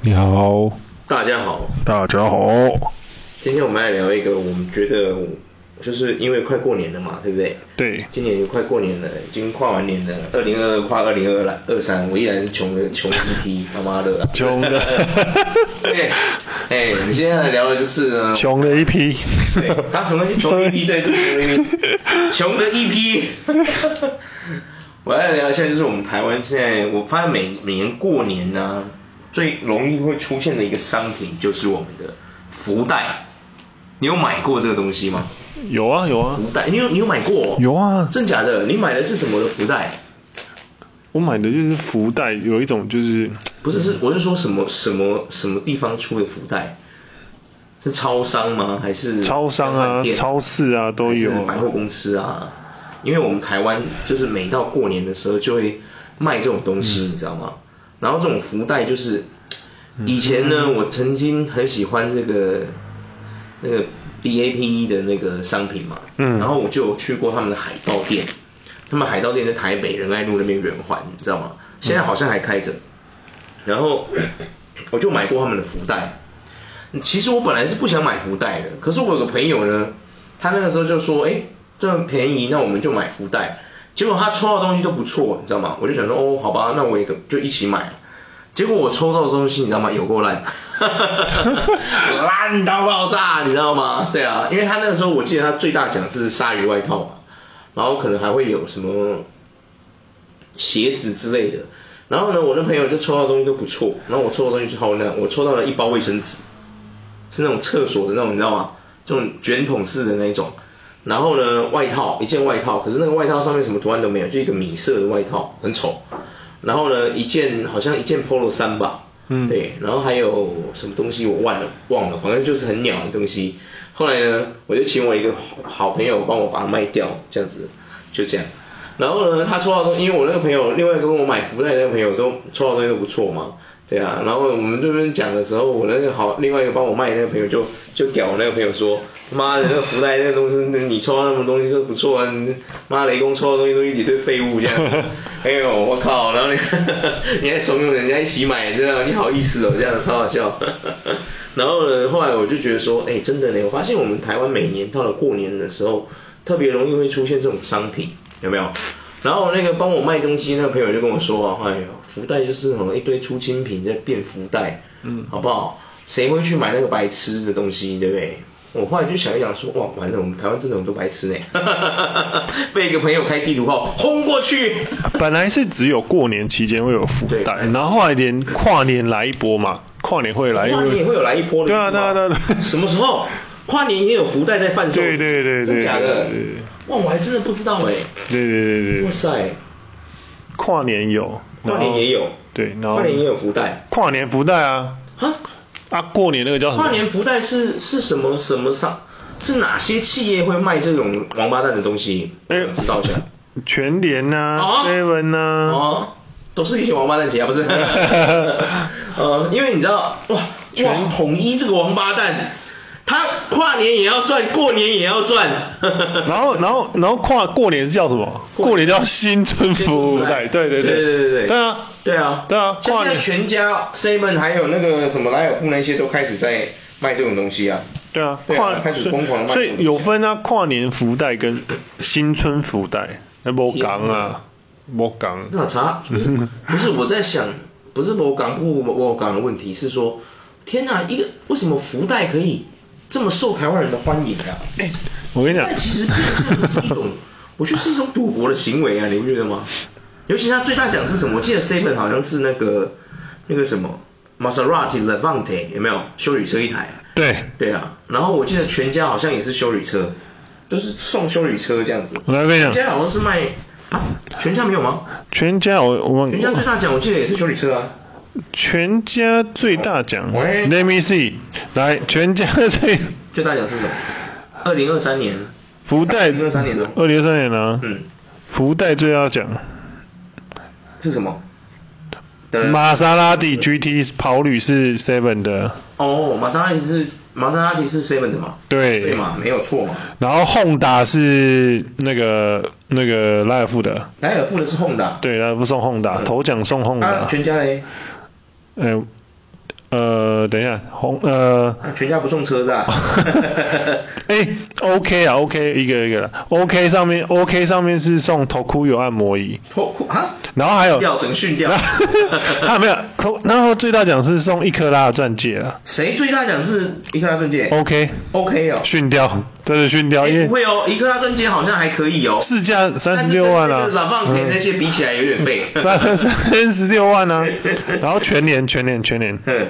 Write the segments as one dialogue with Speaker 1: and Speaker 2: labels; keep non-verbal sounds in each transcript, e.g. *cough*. Speaker 1: 你好，
Speaker 2: 大家好，
Speaker 1: 大家好。
Speaker 2: 今天我们来聊一个我们觉得，就是因为快过年了嘛，对不对？
Speaker 1: 对
Speaker 2: 今年已经快过年了，已经跨完年了，二零二二跨二零二来二三，我依然是穷的穷一批，他妈的、啊，
Speaker 1: 穷的
Speaker 2: *laughs* 对，哎，我们今天来聊的就是呃呢，
Speaker 1: 穷了一批。
Speaker 2: 对，他什么是穷一批？对，是穷一批，穷的一批。我来聊一下，就是我们台湾现在，我发现每每年过年呢、最容易会出现的一个商品就是我们的福袋。你有买过这个东西吗？
Speaker 1: 有啊有啊
Speaker 2: 福，袋，你有你有买过？
Speaker 1: 有啊
Speaker 2: 真假的？你买的是什么的福袋？
Speaker 1: 我买的就是福袋，有一种就是 *laughs*
Speaker 2: 不是，
Speaker 1: 嗯
Speaker 2: 是我是说什么什么什么地方出的福袋？是超商吗？还是
Speaker 1: 超商啊
Speaker 2: 量贩店
Speaker 1: 超市啊都有
Speaker 2: 还是百货公司啊。因为我们台湾就是每到过年的时候就会卖这种东
Speaker 1: 嗯
Speaker 2: 西，你知道吗？然后这种福袋就是，以前呢，我曾经很喜欢这个那个 BAPE E 的那个商品嘛，
Speaker 1: 嗯
Speaker 2: 然后我就有去过他们的海盗店，他们海盗店在台北仁爱路那边圆环，你知道吗？现在好像还开着。然后 *coughs* 我就买过他们的福袋。其实我本来是不想买福袋的，可是我有个朋友呢，他那个时候就说，哎，这么便宜，那我们就买福袋。结果他抽到的东西都不错，你知道吗？我就想说，哦，好吧，那我也就一起买。结果我抽到的东西，你知道吗？有够烂，烂到爆炸，你知道吗？对啊，因为他那个时候我记得他最大奖是鲨鱼外套嘛，然后可能还会有什么鞋子之类的。然后呢，我那朋友就抽到的东西都不错，然后我抽到的东西是好烂，我抽到了一包卫生纸，是那种厕所的那种，你知道吗？这种卷筒式的那种。然后呢，外套一件外套，可是那个外套上面什么图案都没有，就一个米色的外套，很丑。然后呢，一件好像一件 Polo 衫吧，
Speaker 1: 嗯
Speaker 2: 对，然后还有什么东西我忘了忘了，反正就是很鸟的东西。后来呢，我就请我一个好好朋友帮我把它卖掉，这样子，就这样。然后呢，他抽到东，因为我那个朋友，另外一个跟我买福袋的那个朋友都抽到东西都不错嘛，对啊。然后我们这边讲的时候，我那个好，另外一个帮我卖的那个朋友就就屌我那个朋友说，妈的，那个福袋那个东西，你抽到那么东西都不错啊，你妈雷公抽到东西都一堆废物这样。哎呦，我靠！然后你 *laughs* 你还怂恿人家一起买，这样你好意思哦，这样超好笑。 *laughs* 然后呢，后来我就觉得说，哎，真的呢，我发现我们台湾每年到了过年的时候，特别容易会出现这种商品，有没有？然后那个帮我卖东西那个朋友就跟我说啊，哎呦，福袋就是什么一堆出清品在变福袋，
Speaker 1: 嗯
Speaker 2: 好不好？谁会去买那个白痴的东西，对不对？我后来就想一想说，哇，完了，我们台湾真的很多白痴哎， *laughs* 被一个朋友开地图炮轰过去。
Speaker 1: 本来是只有过年期间会有福
Speaker 2: 对
Speaker 1: 袋，然后后来连跨年来一波嘛，跨年会来一
Speaker 2: 跨
Speaker 1: 波，
Speaker 2: 年也会有来一波的，
Speaker 1: 哎对啊
Speaker 2: 你知道吗
Speaker 1: 对啊对啊对啊
Speaker 2: 什么时候？跨年也有福袋在贩售，
Speaker 1: 对对对对
Speaker 2: 真假的
Speaker 1: 对对对？
Speaker 2: 哇，我还真的不知道哎，
Speaker 1: 对对对
Speaker 2: 哇
Speaker 1: 对，
Speaker 2: 塞，
Speaker 1: 跨年有，
Speaker 2: 跨
Speaker 1: 然
Speaker 2: 年
Speaker 1: 后
Speaker 2: 也有，
Speaker 1: 对，然后
Speaker 2: 跨年也有福袋，
Speaker 1: 跨年福袋啊，
Speaker 2: 啊，
Speaker 1: 啊过年那个叫什么？
Speaker 2: 跨年福袋是是什么什么上？是哪些企业会卖这种王八蛋的东西？
Speaker 1: 哎
Speaker 2: 我知道一下。
Speaker 1: 全联呐、
Speaker 2: 哦
Speaker 1: seven 啊呐、
Speaker 2: 哦，都是一些王八蛋节啊，
Speaker 1: *laughs*
Speaker 2: 不是？呃，因为你知道，哇哇，统一这个王八蛋，他跨年也要赚，过年也要赚。
Speaker 1: *laughs* 然后，然后，然后跨过年是叫什么？过年叫新春 *laughs* 福袋，对对
Speaker 2: 对
Speaker 1: 对
Speaker 2: 对对
Speaker 1: 对啊，
Speaker 2: 对啊，
Speaker 1: 对啊，
Speaker 2: 像
Speaker 1: 跨
Speaker 2: 现在
Speaker 1: 年
Speaker 2: 全家、seven 还有那个什么莱尔富那些都开始在卖这种东西啊。
Speaker 1: 对啊，
Speaker 2: 对啊
Speaker 1: 跨
Speaker 2: 开始疯狂地卖
Speaker 1: 所以所以有分啊，跨年福袋跟新春福袋，那不讲啊，不讲，*laughs*
Speaker 2: 那查，不是我在想，不是我港不我港的问题，是说，天哪，一个为什么福袋可以这么受台湾人的欢迎啊？
Speaker 1: 哎我跟你讲
Speaker 2: 但，其实变相是一种， *laughs* 我觉得是一种赌博的行为啊，你不觉得吗？尤其他最大奖是什么？我记得 Seven 好像是那个那个什么 Maserati Levante 有没有修理车一台？
Speaker 1: 对，
Speaker 2: 对啊，然后我记得全家好像也是修理车，都是送修理车这样子。
Speaker 1: 我来跟你
Speaker 2: 全
Speaker 1: 讲，
Speaker 2: 家好像是卖啊，全家没有吗？
Speaker 1: 全家我我们
Speaker 2: 全家最大奖我记得也是修理车啊。
Speaker 1: 全家最大奖
Speaker 2: 喂
Speaker 1: ，Let me see，来，全家最 *laughs*
Speaker 2: 最大奖是什么？二零二三年，
Speaker 1: 福袋，
Speaker 2: 2023年哦
Speaker 1: 二零二三年啊，
Speaker 2: 嗯，
Speaker 1: 福袋最大奖。
Speaker 2: 是什么？
Speaker 1: 玛莎拉蒂 GT 跑旅是 Seven 的，
Speaker 2: 哦，玛莎拉蒂是玛莎拉蒂是 Seven 的嘛？
Speaker 1: 对
Speaker 2: 对嘛，没有错嘛。
Speaker 1: 然后 Honda 是那个那个拉尔夫的，
Speaker 2: 莱尔富的是 Honda，
Speaker 1: 啊
Speaker 2: 嗯
Speaker 1: 对，拉尔夫送 Honda，、头奖送
Speaker 2: 啊
Speaker 1: Honda，
Speaker 2: 全家嘞，
Speaker 1: 呃，呃，等一下，红呃， *laughs*
Speaker 2: 啊全家不送车是吧？
Speaker 1: 哎、o
Speaker 2: *laughs*
Speaker 1: k 啊，OK，一个一个啦，OK 上面 OK 上面是送头箍有按摩椅，
Speaker 2: 脱裤啊，
Speaker 1: 然后还有，
Speaker 2: 掉整训掉。
Speaker 1: *laughs* 啊呃没有，然后最大奖是送一克拉的钻戒啦
Speaker 2: 谁最大奖是一克拉顿戒
Speaker 1: ，OK，
Speaker 2: ？OK 哦，
Speaker 1: 训掉，真的训掉，因
Speaker 2: 哎
Speaker 1: 为
Speaker 2: 不会哦，一克拉顿戒好像还可以哦，
Speaker 1: 市价三
Speaker 2: 但
Speaker 1: 十
Speaker 2: 是
Speaker 1: 六
Speaker 2: 跟
Speaker 1: 万
Speaker 2: 那
Speaker 1: 啊
Speaker 2: 个，老棒田那
Speaker 1: 嗯
Speaker 2: 些比起来有点废。
Speaker 1: 三三十六万啊，然后全年全年全年
Speaker 2: 嗯，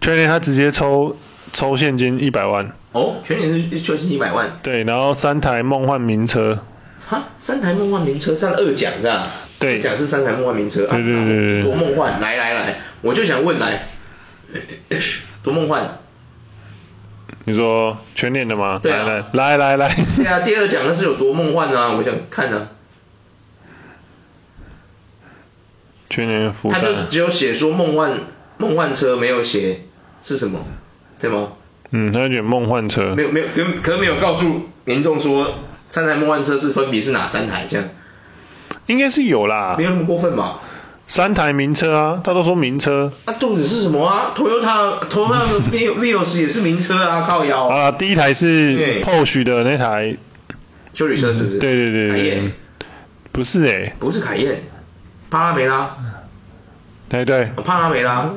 Speaker 1: 全年他直接抽抽现金一百万，
Speaker 2: 哦，全年是就是一百万，
Speaker 1: 对，然后三台梦幻名车，
Speaker 2: 哈，三台梦幻名车上二奖是吧？
Speaker 1: 对
Speaker 2: 一奖是三台梦幻名车，啊
Speaker 1: 对对对对对
Speaker 2: 多梦幻，来来来，我就想问来，多梦幻，
Speaker 1: 你说全年的吗？
Speaker 2: 对啊
Speaker 1: 来来来来 *laughs*
Speaker 2: 对
Speaker 1: 来，
Speaker 2: 啊，第二奖那是有多梦幻啊，我想看啊，
Speaker 1: 全年负
Speaker 2: 他
Speaker 1: 担
Speaker 2: 就，只有写说梦幻梦幻车，没有写是什么，对吗？
Speaker 1: 嗯，他有点梦幻车，
Speaker 2: 没有没有，可可没有告诉民众说三台梦幻车是分别是哪三台这样，
Speaker 1: 应该是有啦
Speaker 2: 没，有那么过分吧？
Speaker 1: 三台名车啊，他都说名车，
Speaker 2: 啊，重点是什么啊？Toyota
Speaker 1: *laughs*
Speaker 2: Toyota V Vios 也是名车啊，靠腰。
Speaker 1: 啊，第一台是
Speaker 2: 对
Speaker 1: Porsche 的那台，
Speaker 2: 修理车是不是？
Speaker 1: 对对对
Speaker 2: 凯
Speaker 1: 对
Speaker 2: 宴
Speaker 1: 对，不是哎，
Speaker 2: 不是凯宴，帕拉梅拉，
Speaker 1: 对对，
Speaker 2: 哦帕拉梅拉，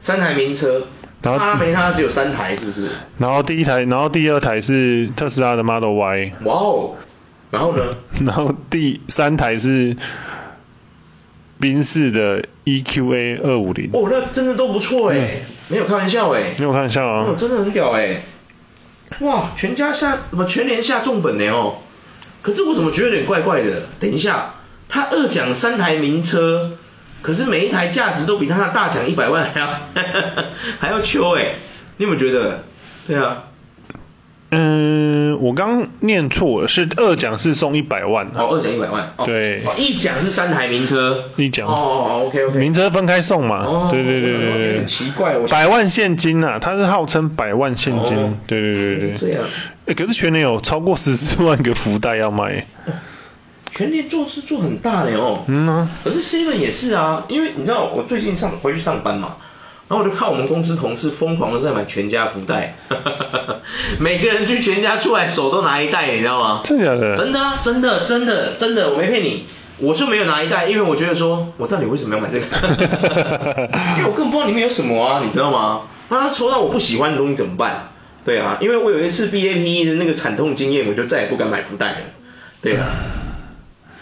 Speaker 2: 三台名车，
Speaker 1: 然后
Speaker 2: 帕拉梅拉只有三台是不是？
Speaker 1: 然后第一台，然后第二台是特斯拉的 Model Y，
Speaker 2: 哇哦，然后呢？
Speaker 1: *laughs* 然后第三台是宾士的 EQA 二五零，
Speaker 2: 哦，那真的都不错哎、
Speaker 1: 嗯
Speaker 2: 没有开玩笑哎、
Speaker 1: 你有看一下
Speaker 2: 哦
Speaker 1: 啊，？
Speaker 2: 真的很屌哎、哇，全家下不全年下重本呢哦。可是我怎么觉得有点怪怪的？等一下，他二奖三台名车，可是每一台价值都比他的大奖一百万还要 *laughs* 还要秋哎、你有没有觉得？对啊，
Speaker 1: 嗯，我刚念错了，是二奖是送一百万啊，
Speaker 2: 哦，二奖一百万，哦，
Speaker 1: 对
Speaker 2: 哦，一奖是三台名车，
Speaker 1: 一奖
Speaker 2: 哦哦哦，OK OK，
Speaker 1: 名车分开送嘛
Speaker 2: 哦，
Speaker 1: 对对对
Speaker 2: 我想
Speaker 1: 对
Speaker 2: 说有
Speaker 1: 对，
Speaker 2: 点奇怪我想
Speaker 1: 百万现金啊，它是号称百万现
Speaker 2: 哦
Speaker 1: 金，对对对
Speaker 2: 这
Speaker 1: 对
Speaker 2: 样。
Speaker 1: 哎，可是全年有超过十四万个福袋要
Speaker 2: *laughs*
Speaker 1: 卖，
Speaker 2: 全年做事做很大的哦。
Speaker 1: 嗯啊
Speaker 2: 可是 Seven 也是啊，因为你知道我最近上回去上班嘛，然后我就看我们公司同事疯狂的在买全家福袋， *laughs* 每个人去全家出来手都拿一袋，你知道吗？
Speaker 1: 真的假的
Speaker 2: 真的啊，真的，真的，真的，我没骗你。我是没有拿一袋，因为我觉得说，我到底为什么要买
Speaker 1: *laughs*
Speaker 2: 这个？因为我根本不知道里面有什么啊，你知道吗？那他抽到我不喜欢的东西怎么办？对啊，因为我有一次 BAP E 的那个惨痛经验，我就再也不敢买福袋了。对啊，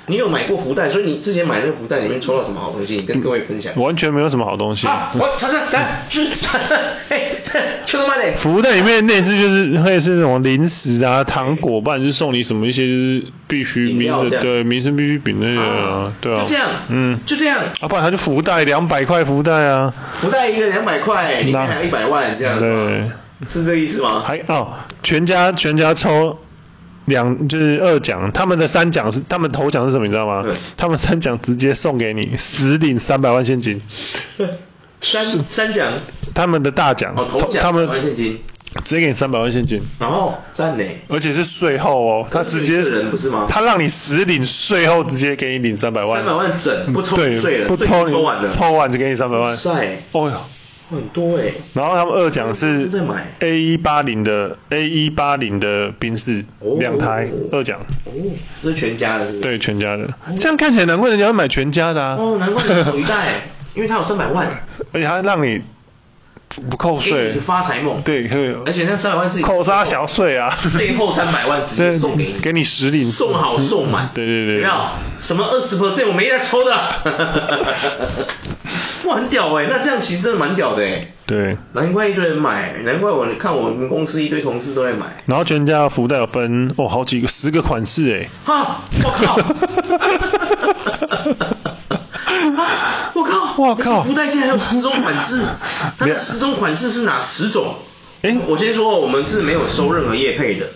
Speaker 2: 你有买过福袋，所以你之前买那个福袋里面抽到什么好东西，你跟各位分享。
Speaker 1: 完全没有什么好东西。
Speaker 2: 啊，我尝尝，来，吃， *laughs* 哎，吃他妈的！
Speaker 1: 福袋里面的内置就是会是那种零食啊、糖果，不然就是送你什么一些就是必须
Speaker 2: 饮
Speaker 1: 民
Speaker 2: 料
Speaker 1: 生
Speaker 2: 这样
Speaker 1: 对民生必需品那些啊，对啊，
Speaker 2: 就这样，
Speaker 1: 嗯，
Speaker 2: 就这样，
Speaker 1: 啊，不然它就福袋两百块福袋啊，
Speaker 2: 福袋一个两百块，里面还有一百万，这样是
Speaker 1: 对
Speaker 2: 吗？是这意思吗？
Speaker 1: 还哦，全家全家抽两就是二奖，他们的三奖是他们头奖是什么你知道吗
Speaker 2: 对？
Speaker 1: 他们三奖直接送给你十领三百万现金，
Speaker 2: 三三奖，
Speaker 1: 他们的大奖
Speaker 2: 哦，头奖
Speaker 1: 他
Speaker 2: 百万现
Speaker 1: 们
Speaker 2: 金，
Speaker 1: 直接给你三百万现金。
Speaker 2: 然后赞呢，
Speaker 1: 而且是税后哦，他直接
Speaker 2: 可是你个人不是吗
Speaker 1: 他让你实领税后，直接给你领三百万，嗯
Speaker 2: 三百万整不抽
Speaker 1: 对
Speaker 2: 税了，
Speaker 1: 不
Speaker 2: 税
Speaker 1: 抽
Speaker 2: 已经抽完了，
Speaker 1: 抽完就给你三百万，
Speaker 2: 帅，
Speaker 1: 哦哟，
Speaker 2: 很多哎，
Speaker 1: 然后他们二奖是
Speaker 2: 再买
Speaker 1: A 一八零的 A 一八零的宾士
Speaker 2: 哦
Speaker 1: 两台二奖，
Speaker 2: 哦，这是全家的，是不是，
Speaker 1: 对全家的，这样看起来难怪人家会买全家的啊，
Speaker 2: 哦，难怪你手一袋，因为他有三百万，
Speaker 1: 而且他让你不扣
Speaker 2: 给
Speaker 1: 税
Speaker 2: 你，发财梦，，
Speaker 1: 对，可以，
Speaker 2: 而且那三百万是
Speaker 1: 扣杀小税啊，
Speaker 2: 税后三百万直接送给你，
Speaker 1: 给你实领，嗯
Speaker 2: 送好送满，
Speaker 1: 对对对
Speaker 2: 有没有？什么二十 percent 我没在抽的， *laughs* 哇，很屌哎、那这样其实真的蛮屌的哎、
Speaker 1: 对。
Speaker 2: 难怪一堆人买，难怪我看我们公司一堆同事都在买，
Speaker 1: 然后全家的福袋有分哦，好几个十个款式哎，
Speaker 2: 哈，我
Speaker 1: *laughs*
Speaker 2: 靠，啊我靠，
Speaker 1: 哇靠
Speaker 2: 福袋竟然还有十种
Speaker 1: *laughs*
Speaker 2: 款式，它的十种款式是哪十种？
Speaker 1: 诶
Speaker 2: 我先说，我们是没有收任何业配的，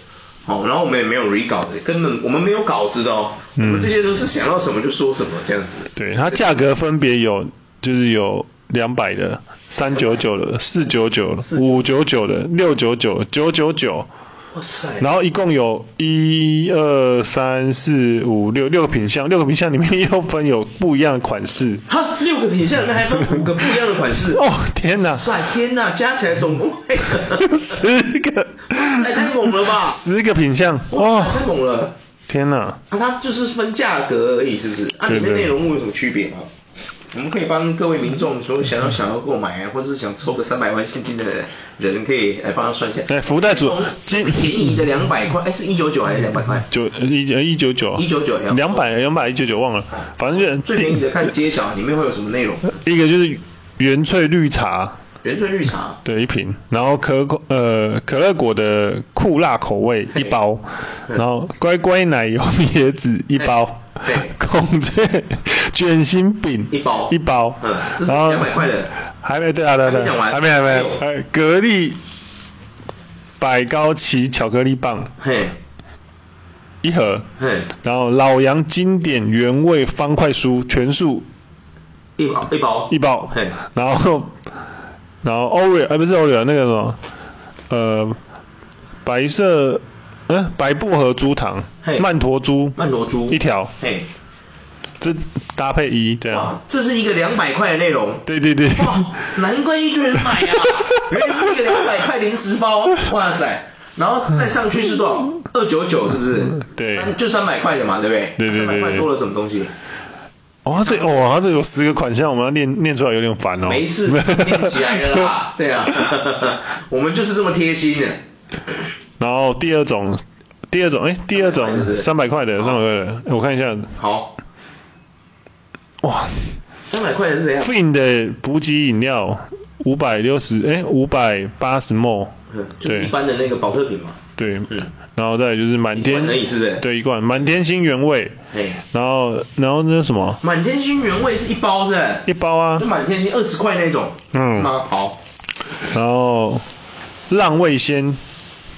Speaker 2: 哦，然后我们也没有 re 稿的，根本我们没有稿子的哦，我
Speaker 1: 嗯
Speaker 2: 们这些都是想到什么就说什么这样子。
Speaker 1: 对，它价格分别有，就是有两百的、三九九的、四九九的、五九九的、六九九、九九九，
Speaker 2: 哇塞，
Speaker 1: 然后一共有一二三四五六六个品相，六个品相里面又分有不一样的款式。
Speaker 2: 哈，六个品相里面还分五个不一样的款式。
Speaker 1: *laughs* 哦，天哪
Speaker 2: 哇，塞，天哪，加起来总共哎，
Speaker 1: *laughs* 十个，
Speaker 2: 太猛了吧！
Speaker 1: 十个哦品相，
Speaker 2: 哇，
Speaker 1: 哇，
Speaker 2: 太猛了！
Speaker 1: 天哪！
Speaker 2: 啊，它就是分价格而已，是不是？啊，
Speaker 1: 对
Speaker 2: 里面
Speaker 1: 对
Speaker 2: 内容物有什么区别吗？我们可以帮各位民众，说想要想要购买啊，或者是想抽个三百万现金的人，可以来帮他算一下。
Speaker 1: 哎，福袋组
Speaker 2: 从
Speaker 1: 今
Speaker 2: 便宜的两百块，哎，是一九九还是两百块？
Speaker 1: 九呃一一九九，
Speaker 2: 199要
Speaker 1: 两百两百一九九忘了，反正就是
Speaker 2: 最便宜的看揭晓里面会有什么内容？
Speaker 1: 一个就是原萃绿茶，
Speaker 2: 原萃绿茶，
Speaker 1: 对，一瓶，然后可口呃可乐果的酷辣口味一包，
Speaker 2: 嗯
Speaker 1: 然后乖乖奶油椰子一包
Speaker 2: 对，
Speaker 1: *laughs* 孔雀卷心饼
Speaker 2: 一包
Speaker 1: 一包，
Speaker 2: 嗯这是
Speaker 1: 然后
Speaker 2: 200块的
Speaker 1: 还没对啊对啊
Speaker 2: 还没
Speaker 1: 对
Speaker 2: 讲
Speaker 1: 啊，
Speaker 2: 完哎
Speaker 1: 还没还
Speaker 2: 还
Speaker 1: 没
Speaker 2: 有，
Speaker 1: 呃格力百高奇巧克力棒
Speaker 2: 嘿，
Speaker 1: 一盒，
Speaker 2: 嘿，
Speaker 1: 然后老杨经典原味方块酥全数
Speaker 2: 一包一包
Speaker 1: 一包
Speaker 2: 嘿，，
Speaker 1: 然后然后 Oreo 呃不是 Oreo 那个什么呃白色呃白薄荷猪糖
Speaker 2: 嘿
Speaker 1: 曼陀珠
Speaker 2: 曼陀珠
Speaker 1: 一条，
Speaker 2: 嘿，
Speaker 1: 这搭配一这
Speaker 2: 哇
Speaker 1: 样，，
Speaker 2: 这是一个两百块的内容，
Speaker 1: 对对对， *laughs*
Speaker 2: 哇，难怪一堆人买啊，原来是一个两百块零食包，哇塞，然后再上去是多少？二九九是不是？
Speaker 1: 对
Speaker 2: 三就三百块的嘛，对不对？
Speaker 1: 对对对
Speaker 2: 三百块
Speaker 1: 对哦
Speaker 2: 多了什么东西？
Speaker 1: 哇、哦这哇、它这有十个款项，我们要念念出来有点烦哦，*laughs*
Speaker 2: 没事，练起来了啦，对啊， *laughs* 我们就是这么贴心的。
Speaker 1: 然后第二种第二种哎第二种三百
Speaker 2: 300
Speaker 1: 块的三百块的，
Speaker 2: 哦
Speaker 1: 我看一下，
Speaker 2: 好，
Speaker 1: 哇
Speaker 2: 三百块的是怎样？
Speaker 1: ，Fin 的补给饮料五百六十哎五百八十 ml，
Speaker 2: 嗯就是
Speaker 1: 对
Speaker 2: 一。般的那个保特瓶嘛。
Speaker 1: 对，然后再来就是满
Speaker 2: 一
Speaker 1: 天
Speaker 2: 罐而已是不是
Speaker 1: 对，一罐满天星原味，
Speaker 2: 嘿，
Speaker 1: 然后然后那什么
Speaker 2: 满天星原味是一包是不是？
Speaker 1: 一包啊
Speaker 2: 就，满天星二十块那种，
Speaker 1: 嗯
Speaker 2: 是吗？好，
Speaker 1: 然后浪味仙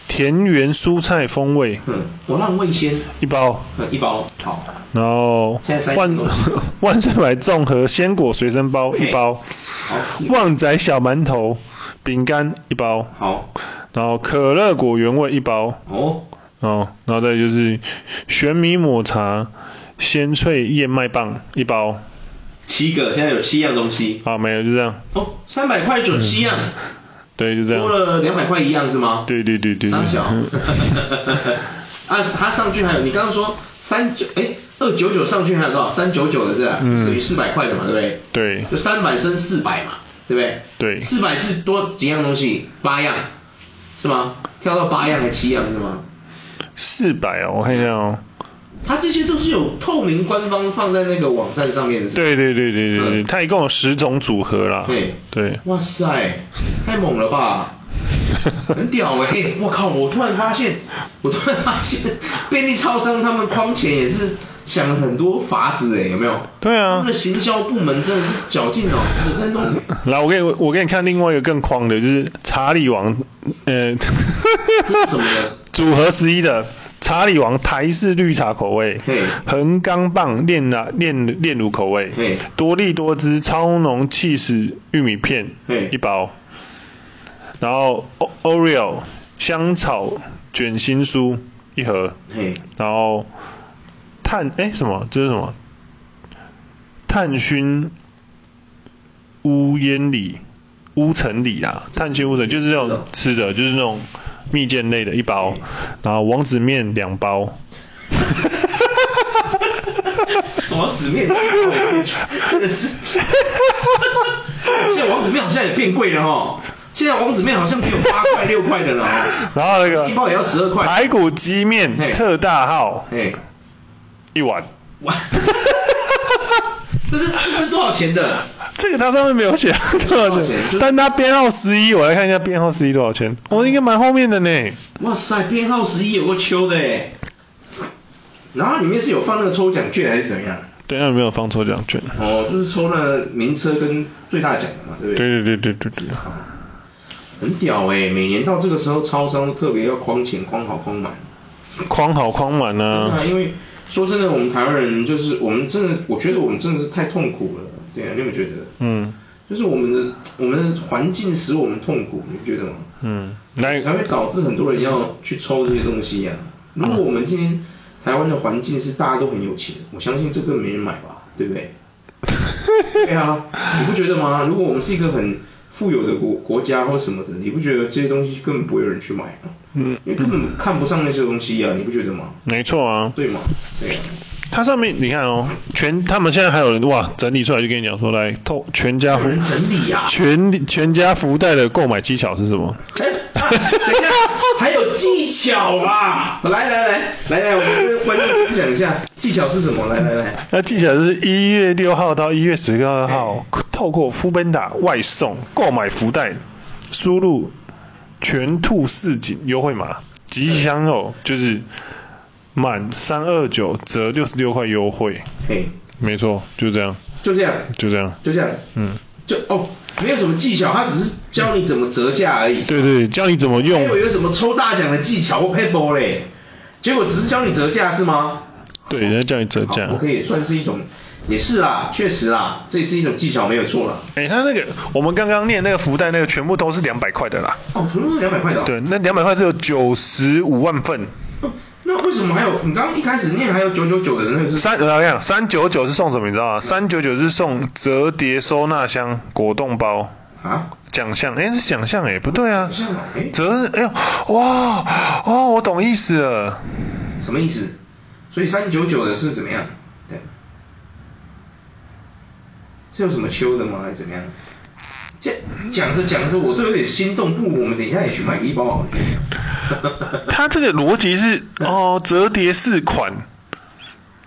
Speaker 1: 田园蔬菜风味
Speaker 2: 嗯，我让味先，
Speaker 1: 一包，
Speaker 2: 嗯，一包，好，
Speaker 1: 然后
Speaker 2: 现在塞
Speaker 1: 万
Speaker 2: 几个
Speaker 1: *laughs* 万圣百综合鲜果随身包一包，
Speaker 2: 好，四
Speaker 1: 旺仔小馒头饼干一包，
Speaker 2: 好，
Speaker 1: 然后可乐果原味一包，
Speaker 2: 哦，
Speaker 1: 哦，然后再就是玄米抹茶鲜脆燕麦棒一包，
Speaker 2: 七个，现在有七样东西，
Speaker 1: 好，没有就这样。
Speaker 2: 哦，三百块准七样，
Speaker 1: 嗯对，就这
Speaker 2: 多
Speaker 1: 样。
Speaker 2: 了两百块一样是吗？
Speaker 1: 对对对对 *laughs*
Speaker 2: 三小
Speaker 1: 嗯，
Speaker 2: 啊，他上去还有，你刚刚说三九，哎，二九九上去还有多少？三九九的是吧？
Speaker 1: 嗯
Speaker 2: 等于四百块的嘛，对不对？
Speaker 1: 对
Speaker 2: 就三百升四百嘛，对不对？
Speaker 1: 对
Speaker 2: 四百是多几样东西？八样，是吗？跳到八样还七样是吗？
Speaker 1: 四百哦，我看一下哦。
Speaker 2: 它这些都是有透明官方放在那个网站上面的。是吧。
Speaker 1: 对对对对对对，
Speaker 2: 嗯
Speaker 1: 它一共有十种组合啦。
Speaker 2: 对
Speaker 1: 对， *laughs*
Speaker 2: 哇塞，太猛了吧！很屌哎、欸！我靠，我突然发现，我突然发现，便利超商他们框钱也是想了很多法子哎、有没有？
Speaker 1: 对啊
Speaker 2: 他们的行销部门真的是绞尽脑汁的在弄。
Speaker 1: 来，我给你我给你看另外一个更狂的，就是查理王，呃， *laughs*
Speaker 2: 这是什么呢？
Speaker 1: 组合十一的查理王台式绿茶口味
Speaker 2: 嘿，
Speaker 1: 横钢棒炼奶炼炼乳口味
Speaker 2: 嘿，
Speaker 1: 多利多汁超浓气死玉米片
Speaker 2: 嘿
Speaker 1: 一包，然后 O- Oreo 香草卷心酥一盒，
Speaker 2: 嘿，
Speaker 1: 然后碳哎什么这是什么？碳熏乌烟里乌尘里啊，碳熏乌尘就是那种吃的，就是那种蜜饯类的一包，
Speaker 2: 嗯
Speaker 1: 然后王子面两包，
Speaker 2: 王子面，真的是。现在王子面好像也变贵了哦。现在王子面好像只有八块六块的了哦。
Speaker 1: *laughs* 然后那
Speaker 2: 一包也
Speaker 1: 个
Speaker 2: 要十二块。
Speaker 1: 排骨鸡面
Speaker 2: 嘿
Speaker 1: 特大号
Speaker 2: 嘿，
Speaker 1: 一碗，
Speaker 2: 哇， *laughs* 这是这是多少钱的？
Speaker 1: 这个它上面没有写多少 *laughs*
Speaker 2: 多少钱
Speaker 1: 钱
Speaker 2: 就，是
Speaker 1: 但它编号十一，我来看一下编号十一多少钱，我应该蛮后面的呢。
Speaker 2: 哇塞，编号十一有个秋的哎，然后里面是有放那个抽奖券还是怎么样？
Speaker 1: 对，那有没有放抽奖券？
Speaker 2: 哦，就是抽了名车跟最大奖的嘛，对不对？
Speaker 1: 对对对对对对。
Speaker 2: 哦很屌哎，每年到这个时候，超商都特别要框钱、框好、框满。
Speaker 1: 框好框满
Speaker 2: 啊，
Speaker 1: 啊，
Speaker 2: 因为说真的，我们台湾人就是我们真的，我觉得我们真的是太痛苦了，对啊，你有没有觉得？
Speaker 1: 嗯，
Speaker 2: 就是我们的我们的环境使我们痛苦，你不觉得吗？
Speaker 1: 嗯，来
Speaker 2: 哎才会导致很多人要去抽这些东西呀、如果我们今天台湾的环境是大家都很有钱，我相信这个没人买吧，对不对？对啊，你不觉得吗？如果我们是一个很富有的国国家或什么的，你不觉得这些东西根本不会有人去买吗？嗯，因为根本看不上那些东西啊，你不觉得吗？
Speaker 1: 没错啊，
Speaker 2: 对吗？对啊，
Speaker 1: 它上面你看哦，全他们现在还有人哇整理出来就跟你讲说来透全家福
Speaker 2: 有人整理啊
Speaker 1: 全全家福袋的购买技巧是什么？
Speaker 2: 哎、啊等一下，还有技巧吧？来来来来来，我们跟观众分享一下技巧是什么？来来来，
Speaker 1: 那技巧是一月六号到一月十二号，透过 f o o p a n d a 外送购买福袋，输入全兔市井优惠码吉祥哦，就是满三二九折六十六块优惠，
Speaker 2: 嘿，
Speaker 1: 没错，就这样，
Speaker 2: 就这样，
Speaker 1: 就这样，
Speaker 2: 就这样，
Speaker 1: 嗯，
Speaker 2: 就哦，没有什么技巧，他只是教你怎么折价而已。
Speaker 1: 对对，教你怎么
Speaker 2: 还
Speaker 1: 用
Speaker 2: 以，为有什么抽大奖的技巧或 paper 嘞，结果只是教你折价是吗？
Speaker 1: 对，人家教你折
Speaker 2: 好
Speaker 1: 价。
Speaker 2: ，OK，也算是一种，也是啦，确实啦，这也是一种技巧，没有错啦。
Speaker 1: 哎，他那个我们刚刚念那个福袋那个全部都是两百块的啦，
Speaker 2: 哦，全部是两百块的、哦。
Speaker 1: 对，那两百块是有九十五万份，
Speaker 2: 哦。那为什么还有？你刚刚一开始念还有九九九的那个是？
Speaker 1: 三我讲三九九是送什么你知道吗？三九九是送折叠收纳箱、果冻包、
Speaker 2: 啊？
Speaker 1: 奖项，哎是奖项哎，不对啊
Speaker 2: 好，像哦哎，
Speaker 1: 折哎呦哇哦我懂意思了，
Speaker 2: 什么意思？所以三九九的是怎么样？对，是有什么秋的吗？还是怎么样？这讲着讲着我都有点心动，不如我们等一下也去买一包好了。
Speaker 1: 它这个逻辑是哦折叠四款，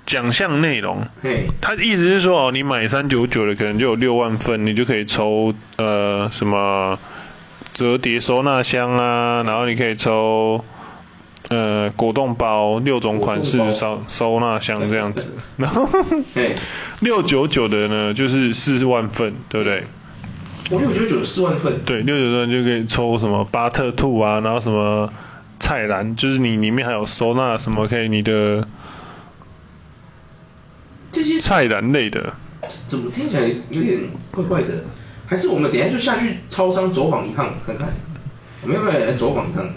Speaker 1: 奖项内容。
Speaker 2: *laughs* 嘿，
Speaker 1: 他的意思是说，哦，你买三九九的，可能就有六万份，你就可以抽呃什么折叠收纳箱啊，然后你可以抽呃果冻包六种款
Speaker 2: 果
Speaker 1: 式
Speaker 2: 冻包
Speaker 1: 收收纳箱这样
Speaker 2: *laughs*
Speaker 1: 子。然后
Speaker 2: 嘿，
Speaker 1: 六九九的呢，就是四万份，对不对？
Speaker 2: 我六九九四万份。
Speaker 1: 对，六九九就可以抽什么巴特兔啊，然后什么菜篮，就是你里面还有收纳什么可以你的
Speaker 2: 这些
Speaker 1: 菜篮类的。
Speaker 2: 怎么听起来有点怪怪的？还是我们等一下就下去超商走访一趟看看？我们要不要也来走访一趟？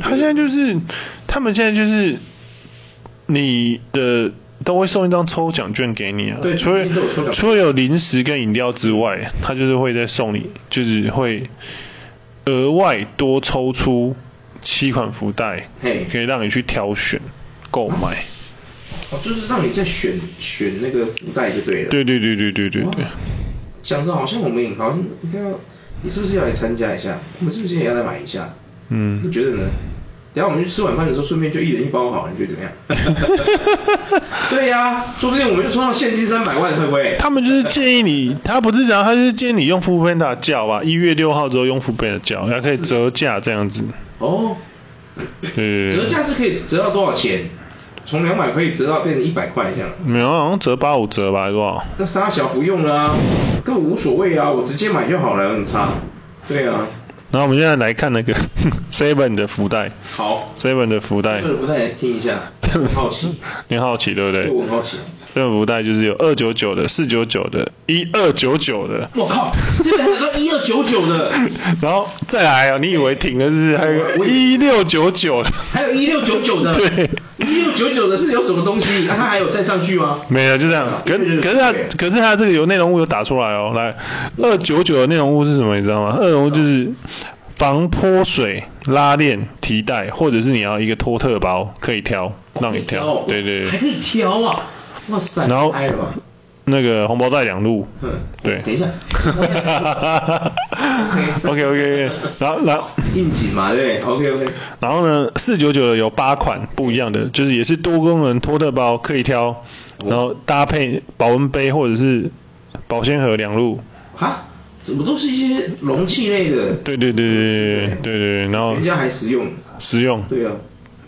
Speaker 1: 他现在就是，他们现在就是，你的都会送一张抽奖券给你啊。
Speaker 2: 对
Speaker 1: 除了
Speaker 2: 一定都有抽奖券
Speaker 1: 除了有零食跟饮料之外，他就是会再送你，就是会额外多抽出七款福袋，
Speaker 2: 嘿
Speaker 1: 可以让你去挑选购买。
Speaker 2: 哦，就是让你再选选那个福袋就对了。
Speaker 1: 对对对对对对对
Speaker 2: 哇。讲的好像我们也好像应该要，你是不是要来参加一下？我们是不是也要来买一下？
Speaker 1: 嗯
Speaker 2: 你觉得呢？等一下我们去吃晚饭的时候，顺便就一人一包好了，你觉得怎么样？
Speaker 1: *laughs*
Speaker 2: 对呀、说不定我们就抽到现金三百万，会不会？
Speaker 1: 他们就是建议你，他不是讲，他就是建议你用 f o o p a n d a 叫吧，一月六号之后用 f o o p a n d a 叫，还可以折价这样子。
Speaker 2: 哦，
Speaker 1: 对对对对
Speaker 2: 折价是可以折到多少钱？从两百可以折到变成一百块这样。
Speaker 1: 没有，好像折八五折吧，还是多少？
Speaker 2: 那沙小不用啦、根本无所谓啊，我直接买就好了，很差。对啊，
Speaker 1: 然后我们现在来看那个 *laughs* Seven 的福袋
Speaker 2: 好，
Speaker 1: ，Seven 的福袋
Speaker 2: 这，个不太听
Speaker 1: *laughs*
Speaker 2: 一下，很好奇，
Speaker 1: 你好奇对不
Speaker 2: 对
Speaker 1: 对
Speaker 2: 我很好奇。
Speaker 1: ？Seven 福袋就是有二九九的、四九九的、一二九九的，
Speaker 2: 我靠，这边还有个一二九九的，
Speaker 1: 然后再来哦，你以为停了是不是？还有一
Speaker 2: 我
Speaker 1: 个一六九九的，
Speaker 2: 还有一六九九的，
Speaker 1: 对
Speaker 2: 一六九九的是有什么东西？那它还有再上去吗？
Speaker 1: 没了就这样。可可是它可是它这个有内容物有打出来哦，来二九九的内容物是什么？你知道吗？内容物就是。防泼水拉链、提带，或者是你要一个托特包，可以挑，让你挑。对对对。
Speaker 2: 还可以挑啊！哇塞，哎
Speaker 1: 然后
Speaker 2: 太嗨了吧？
Speaker 1: 那个红包袋两路，
Speaker 2: 嗯，
Speaker 1: 对
Speaker 2: 等
Speaker 1: *laughs*
Speaker 2: 一下
Speaker 1: ，OK OK，然后然后
Speaker 2: 应景嘛，对不对？OK OK，
Speaker 1: 然后呢，四九九的有八款不一样的，就是也是多功能托特包可以挑，
Speaker 2: 哦
Speaker 1: 然后搭配保温杯或者是保鲜盒两路，
Speaker 2: 哈，怎么都是一些容器类的？
Speaker 1: 对哦对对对对对对，然后
Speaker 2: 人家还实用。
Speaker 1: 实用，
Speaker 2: 对啊，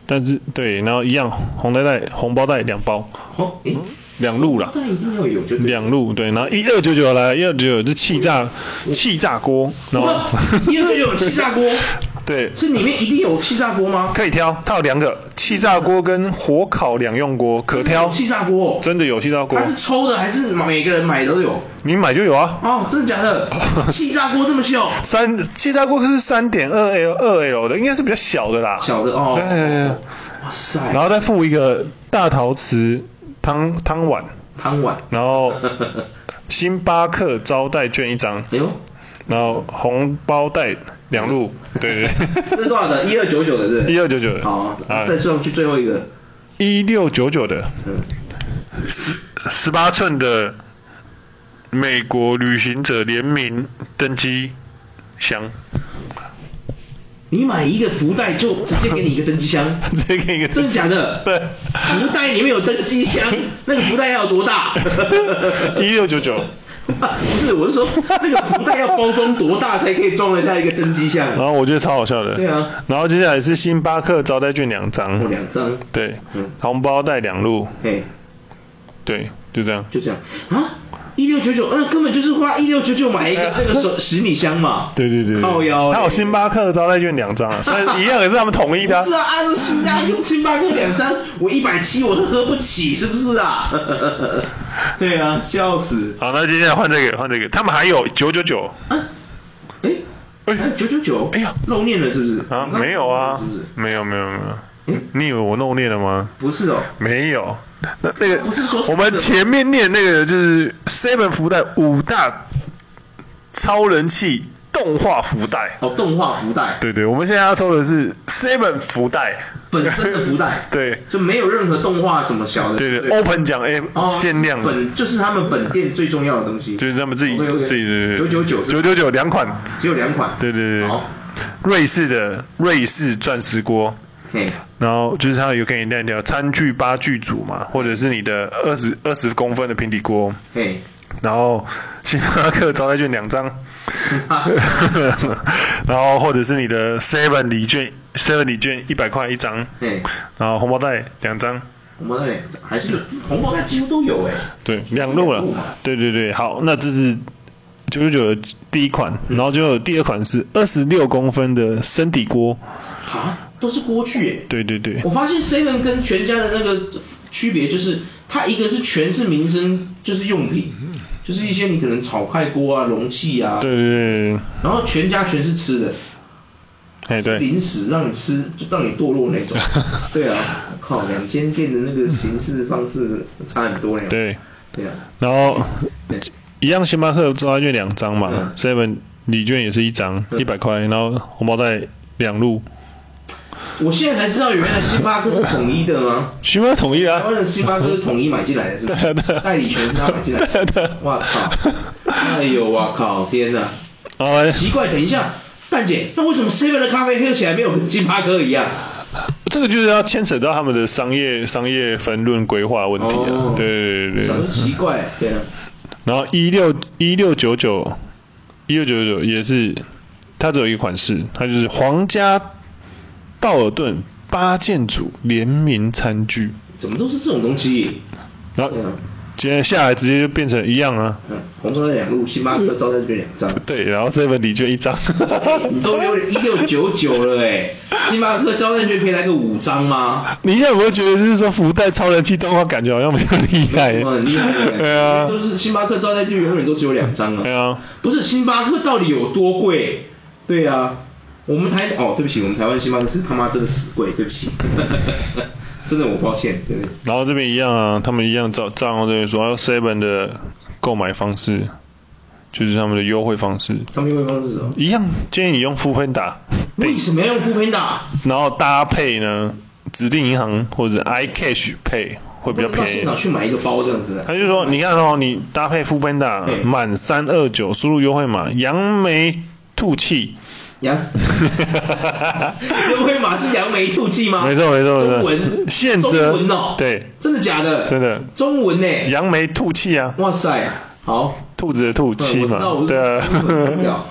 Speaker 1: 但是对，然后一样红袋袋红包袋两包
Speaker 2: 哦，诶，啊
Speaker 1: 两路啦，
Speaker 2: 但一定要有，就对。
Speaker 1: 两路对，然后一二九
Speaker 2: 哦
Speaker 1: 九来，一二九九是气炸气炸锅，然后
Speaker 2: 哇，一二九九气炸锅，
Speaker 1: *laughs* 对，
Speaker 2: 所以里面一定有气炸锅吗？
Speaker 1: 可以挑，它有两个气炸锅跟火烤两用锅可挑，
Speaker 2: 气炸锅、哦，
Speaker 1: 真的有气炸锅
Speaker 2: 它，是抽的还是每个人买都有？
Speaker 1: 你买就有啊。
Speaker 2: 哦，真的
Speaker 1: *laughs*
Speaker 2: 假的？气炸锅这么秀？
Speaker 1: 三气炸锅是三点二 L 二 L 的，应该是比较小的啦。
Speaker 2: 小的哦。
Speaker 1: 对对对对
Speaker 2: 哇塞！
Speaker 1: 哎然后再附一个大陶瓷汤汤碗，
Speaker 2: 汤碗，
Speaker 1: 然后星巴克招待券一张，
Speaker 2: *laughs* 哎呦，
Speaker 1: 然后红包袋两路，哦对
Speaker 2: *laughs* 这是多少的？一二九九的，对
Speaker 1: 对，
Speaker 2: 不对？
Speaker 1: 一二九九的，
Speaker 2: 好，
Speaker 1: 啊
Speaker 2: 再算去最后一个，
Speaker 1: 一六九九的，
Speaker 2: 嗯，
Speaker 1: 十十八寸的美国旅行者联名登机箱，
Speaker 2: 你买一个福袋就直接给你一个登
Speaker 1: *laughs*
Speaker 2: 机箱，
Speaker 1: 这个一个
Speaker 2: 真的假的？
Speaker 1: 对
Speaker 2: 福袋里面有登
Speaker 1: *laughs*
Speaker 2: 机箱，那个福袋要有多大？
Speaker 1: 一六九九，
Speaker 2: *laughs* 不是，我是说那个福袋要包装多大才可以装得下一个登机箱？
Speaker 1: 然后我觉得超好笑的，
Speaker 2: 对啊，
Speaker 1: 然后接下来是星巴克招待券两张，
Speaker 2: 哦两张，
Speaker 1: 对
Speaker 2: 嗯，
Speaker 1: 红包袋两路，
Speaker 2: 哎，
Speaker 1: 对，就这样，
Speaker 2: 就这样啊，一六九九，那根本就是花一六九九买一个那个手行李箱嘛，
Speaker 1: 对对对，对
Speaker 2: 靠腰嘞，
Speaker 1: 还有星巴克招待券两张
Speaker 2: *laughs*
Speaker 1: 啊，所以一样也是他们统一的啊，
Speaker 2: 不是啊，按照星巴克星巴克两张，我一百七我都喝不起，是不是啊？ *laughs* 对啊，笑死。
Speaker 1: 好，那接下来换这个，换这个，他们还有九九九，
Speaker 2: 哎、
Speaker 1: 哎
Speaker 2: 哎，九九九，
Speaker 1: 哎呀
Speaker 2: 漏念了是不是？
Speaker 1: 啊，没有啊
Speaker 2: 嗯是不是？，
Speaker 1: 没有没有没有，
Speaker 2: 嗯
Speaker 1: 你以为我弄裂了吗？
Speaker 2: 不是哦，
Speaker 1: 没有，那那个
Speaker 2: 不是说是
Speaker 1: 我们前面念那个就是 Seven 福袋五大超人气动画福袋，
Speaker 2: 哦，动画福袋，
Speaker 1: 对对，我们现在要抽的是 Seven 福袋，，
Speaker 2: 本身的福袋
Speaker 1: *laughs* 对
Speaker 2: 就没有任何动画什么小的，
Speaker 1: 对对，Open 奖哎
Speaker 2: 哦，
Speaker 1: 限量的，
Speaker 2: 本就是他们本店最重要的东西，
Speaker 1: 就是他们自己
Speaker 2: OK，OK
Speaker 1: 自己对对
Speaker 2: 九九九
Speaker 1: 九九九两款，
Speaker 2: 只有两款，
Speaker 1: 对对对
Speaker 2: 好，，
Speaker 1: 瑞士的瑞士钻石锅。
Speaker 2: 哎，
Speaker 1: 然后就是它有给你那条餐具八具组嘛，或者是你的二十二十公分的平底锅，
Speaker 2: 哎，
Speaker 1: 然后星巴克招待券两 *laughs* 张，然后或者是你的 Seven 礼券，Seven 礼券一百块一张，
Speaker 2: 哎，
Speaker 1: 然后红包袋两张，
Speaker 2: 红包袋还是红包袋几乎都有哎，
Speaker 1: 对，两路啊了
Speaker 2: 两路嘛，
Speaker 1: 对对对，好，那这是九九九的第一款，然后就有第二款是二十六公分的身体锅，
Speaker 2: 啊，都是锅具哎，
Speaker 1: 对对对
Speaker 2: 我，发现 Seven 跟全家的那个区别就是，它一个是全是民生，就是用品，就是一些你可能炒菜锅啊、容器啊，
Speaker 1: 嗯对对对，对
Speaker 2: 然后全家全是吃的，
Speaker 1: 哎对，
Speaker 2: 零食让你吃就让你堕落
Speaker 1: *laughs*
Speaker 2: 那种。对啊，靠，两间店的那个形式方式差很多嘞。
Speaker 1: 对，
Speaker 2: 对啊，
Speaker 1: 然后
Speaker 2: 对
Speaker 1: 一样，星巴克招待券两张嘛
Speaker 2: 嗯
Speaker 1: ，Seven 礼券也是一张，
Speaker 2: 嗯
Speaker 1: 一百块，然后红包袋两路，
Speaker 2: 我现在才知道原来星巴克是统一
Speaker 1: *laughs*
Speaker 2: 的吗？
Speaker 1: 星巴克统一啊
Speaker 2: 台，湾的星巴克是统一买进来的，是不
Speaker 1: 对啊
Speaker 2: 是
Speaker 1: *laughs* 对啊？
Speaker 2: 代理权是他买进来
Speaker 1: 对啊对
Speaker 2: 的
Speaker 1: 啊。
Speaker 2: 哇操！哎呦，哇靠！天哪！
Speaker 1: 然后
Speaker 2: 奇怪，等一下，蛋姐，那为什么 Seven 的咖啡喝起来没有跟星巴克一样？
Speaker 1: 这个就是要牵扯到他们的商业商业分论规划问题啊
Speaker 2: 哦，
Speaker 1: 对对对
Speaker 2: 想说
Speaker 1: 对，
Speaker 2: 奇怪，对啊，
Speaker 1: 然后一六一六九九一六九九也是，它只有一款式，它就是皇家道尔顿八件组联名餐具，
Speaker 2: 怎么都是这种东西？
Speaker 1: 然后
Speaker 2: 对啊，
Speaker 1: 接下来直接就变成一样啊，
Speaker 2: 嗯，红中两路，星巴克招待券两张，
Speaker 1: 对，然后 seven 礼券一张。 *laughs*
Speaker 2: 你都留一六九九了哎，星巴克招待券可以来个五张吗？
Speaker 1: 你现在有没有觉得就是说福袋超人气动画感觉好像比较厉害？
Speaker 2: 我很厉害哎，
Speaker 1: *laughs* 对啊
Speaker 2: 都，是星巴克招待券永远都只有两张啊。
Speaker 1: 对啊，
Speaker 2: 不是星巴克到底有多贵？对啊，我们台哦，对不起，我们台湾星巴克是他妈真的死贵，对不起， *laughs* 真的我抱歉，对不对？
Speaker 1: 然后这边一样啊，他们一样照照样这边说，还有 seven 的购买方式，就是他们的优惠方式
Speaker 2: 他们优惠方式是什么？
Speaker 1: 一样，建议你用 f o o p a n d a
Speaker 2: 为什么要用 f o o p a n d a
Speaker 1: 然后搭配呢指定银行或者 iCash Pay 会比较
Speaker 2: 到
Speaker 1: 便
Speaker 2: 现
Speaker 1: 宜
Speaker 2: 场。去买一个包这样子
Speaker 1: 他。就说，你看哦，你搭配 f o o p a n d a
Speaker 2: 对
Speaker 1: 满三二九输入优惠码扬眉吐气，
Speaker 2: 杨，优惠码是扬眉吐气吗？
Speaker 1: 没错没错没错
Speaker 2: 中文，
Speaker 1: 现
Speaker 2: 中
Speaker 1: 折
Speaker 2: 文哦，
Speaker 1: 对
Speaker 2: 真的假的？
Speaker 1: 真的
Speaker 2: 中文呢？
Speaker 1: 扬眉吐气啊，
Speaker 2: 哇塞，好，
Speaker 1: 兔子的兔七
Speaker 2: 我知道
Speaker 1: 嘛，
Speaker 2: 我
Speaker 1: 对
Speaker 2: 我知道
Speaker 1: 啊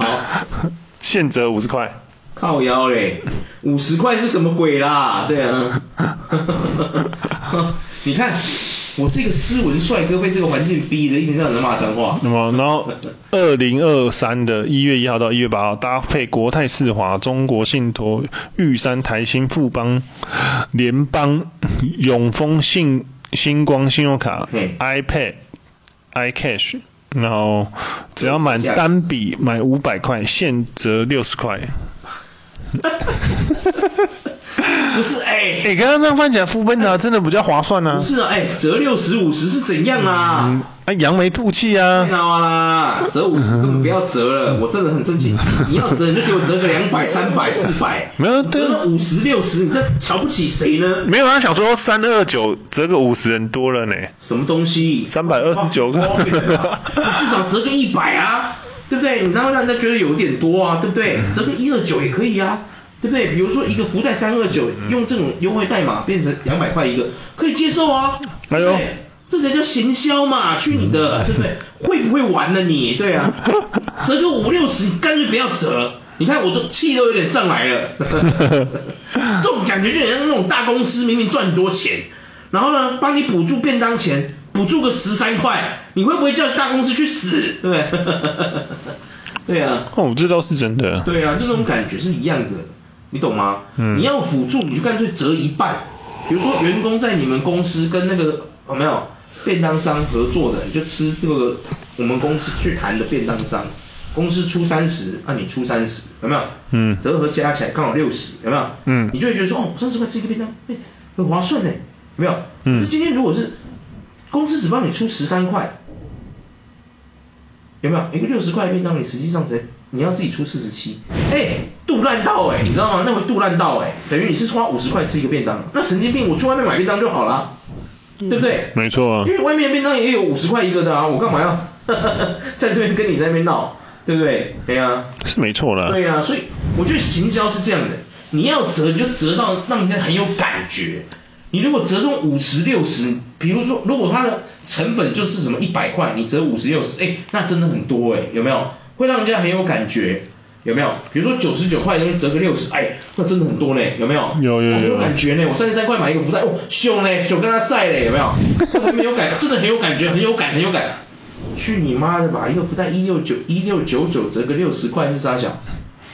Speaker 2: 好，
Speaker 1: *laughs* 现折五十块，
Speaker 2: 靠腰嘞，五 *laughs* 十块是什么鬼啦？对啊，你看我是一个斯文帅哥，被这个环境逼的，一天到晚在骂脏话。
Speaker 1: 那么，然后二零二三的一月一号到一月八号，搭配国泰世华、中国信托、玉山台新、富邦、联邦、永丰信、星光信用卡、
Speaker 2: 嗯
Speaker 1: iPad、iCash，然后只要满单笔买五百块，现折六十块。
Speaker 2: 不是哎、
Speaker 1: 哎，刚刚这样看起来，富奔达真的比较划算呢、
Speaker 2: 不是啊，哎、折六十五十是怎样啦？
Speaker 1: 嗯，啊，扬眉吐气
Speaker 2: 太
Speaker 1: 啊！
Speaker 2: 孬啦，折五十根本不要折
Speaker 1: 嗯
Speaker 2: 了，我真的很生气。你要折你就给我折个两百、三百、四百，
Speaker 1: 没有
Speaker 2: 折到五十、六十，你这瞧不起谁呢？
Speaker 1: 没有，他想说三二九折个五十人多了呢。
Speaker 2: 什么东西？
Speaker 1: 329个
Speaker 2: 花远了至少折个一百啊，对不对？你让让人家觉得有点多啊，对不对？
Speaker 1: 嗯
Speaker 2: 折个一二九也可以啊，对不对？比如说一个福袋三二九，
Speaker 1: 嗯
Speaker 2: 用这种优惠代码变成两百块一个，可以接受啊。
Speaker 1: 哎
Speaker 2: 对
Speaker 1: 呦
Speaker 2: 不对这才叫行销嘛，去你的，对不对？会不会玩呢你？对啊，折个五六十，你干脆不要折。你看我都气都有点上来了，这种感觉就很像那种大公司明明赚很多钱，然后呢帮你补助便当钱，补助个十三块，你会不会叫大公司去死？对 *laughs* 不对？对啊，
Speaker 1: 哦，这倒是真的。
Speaker 2: 对啊，就那种感觉是一样的，你懂吗？
Speaker 1: 嗯
Speaker 2: 你要辅助，你就干脆折一半。比如说员工在你们公司跟那个哦有没有便当商合作的，你就吃这个我们公司去谈的便当商，公司出三十，那你出三十，有没有？
Speaker 1: 嗯
Speaker 2: 折合加起来刚好六十，有没有？
Speaker 1: 嗯
Speaker 2: 你就会觉得说，哦，三十块吃一个便当，哎，很划算呢，有没有？
Speaker 1: 嗯
Speaker 2: 可是今天如果是公司只帮你出十三块，有没有一个六十块的便当，你实际上才你要自己出四十七，哎，杜烂到哎、你知道吗？那回杜烂到哎、等于你是花五十块吃一个便当，那神经病，我去外面买便当就好啦，对不对？
Speaker 1: 没错啊
Speaker 2: 因为外面的便当也有五十块一个的啊，我干嘛要 *laughs* 在这边跟你在那边闹，对不对？对呀、
Speaker 1: 是没错啦。
Speaker 2: 对呀、所以我觉得行销是这样的，你要折你就折到让人家很有感觉。你如果折中五十六十，比如说如果它的成本就是什么一百块，你折五十六十，哎，那真的很多哎、有没有？会让人家很有感觉，有没有？比如说九十九块，那边折个六十，哎，那真的很多呢，有没有？
Speaker 1: 有有有
Speaker 2: 我很有感觉呢，我三十三块买一个福袋，哦，秀呢，秀跟他晒嘞，有没有？这个很有感，真的很有感觉，很有感，很有感。去你妈的吧！一个福袋一六九一六九九折个六十块是啥小？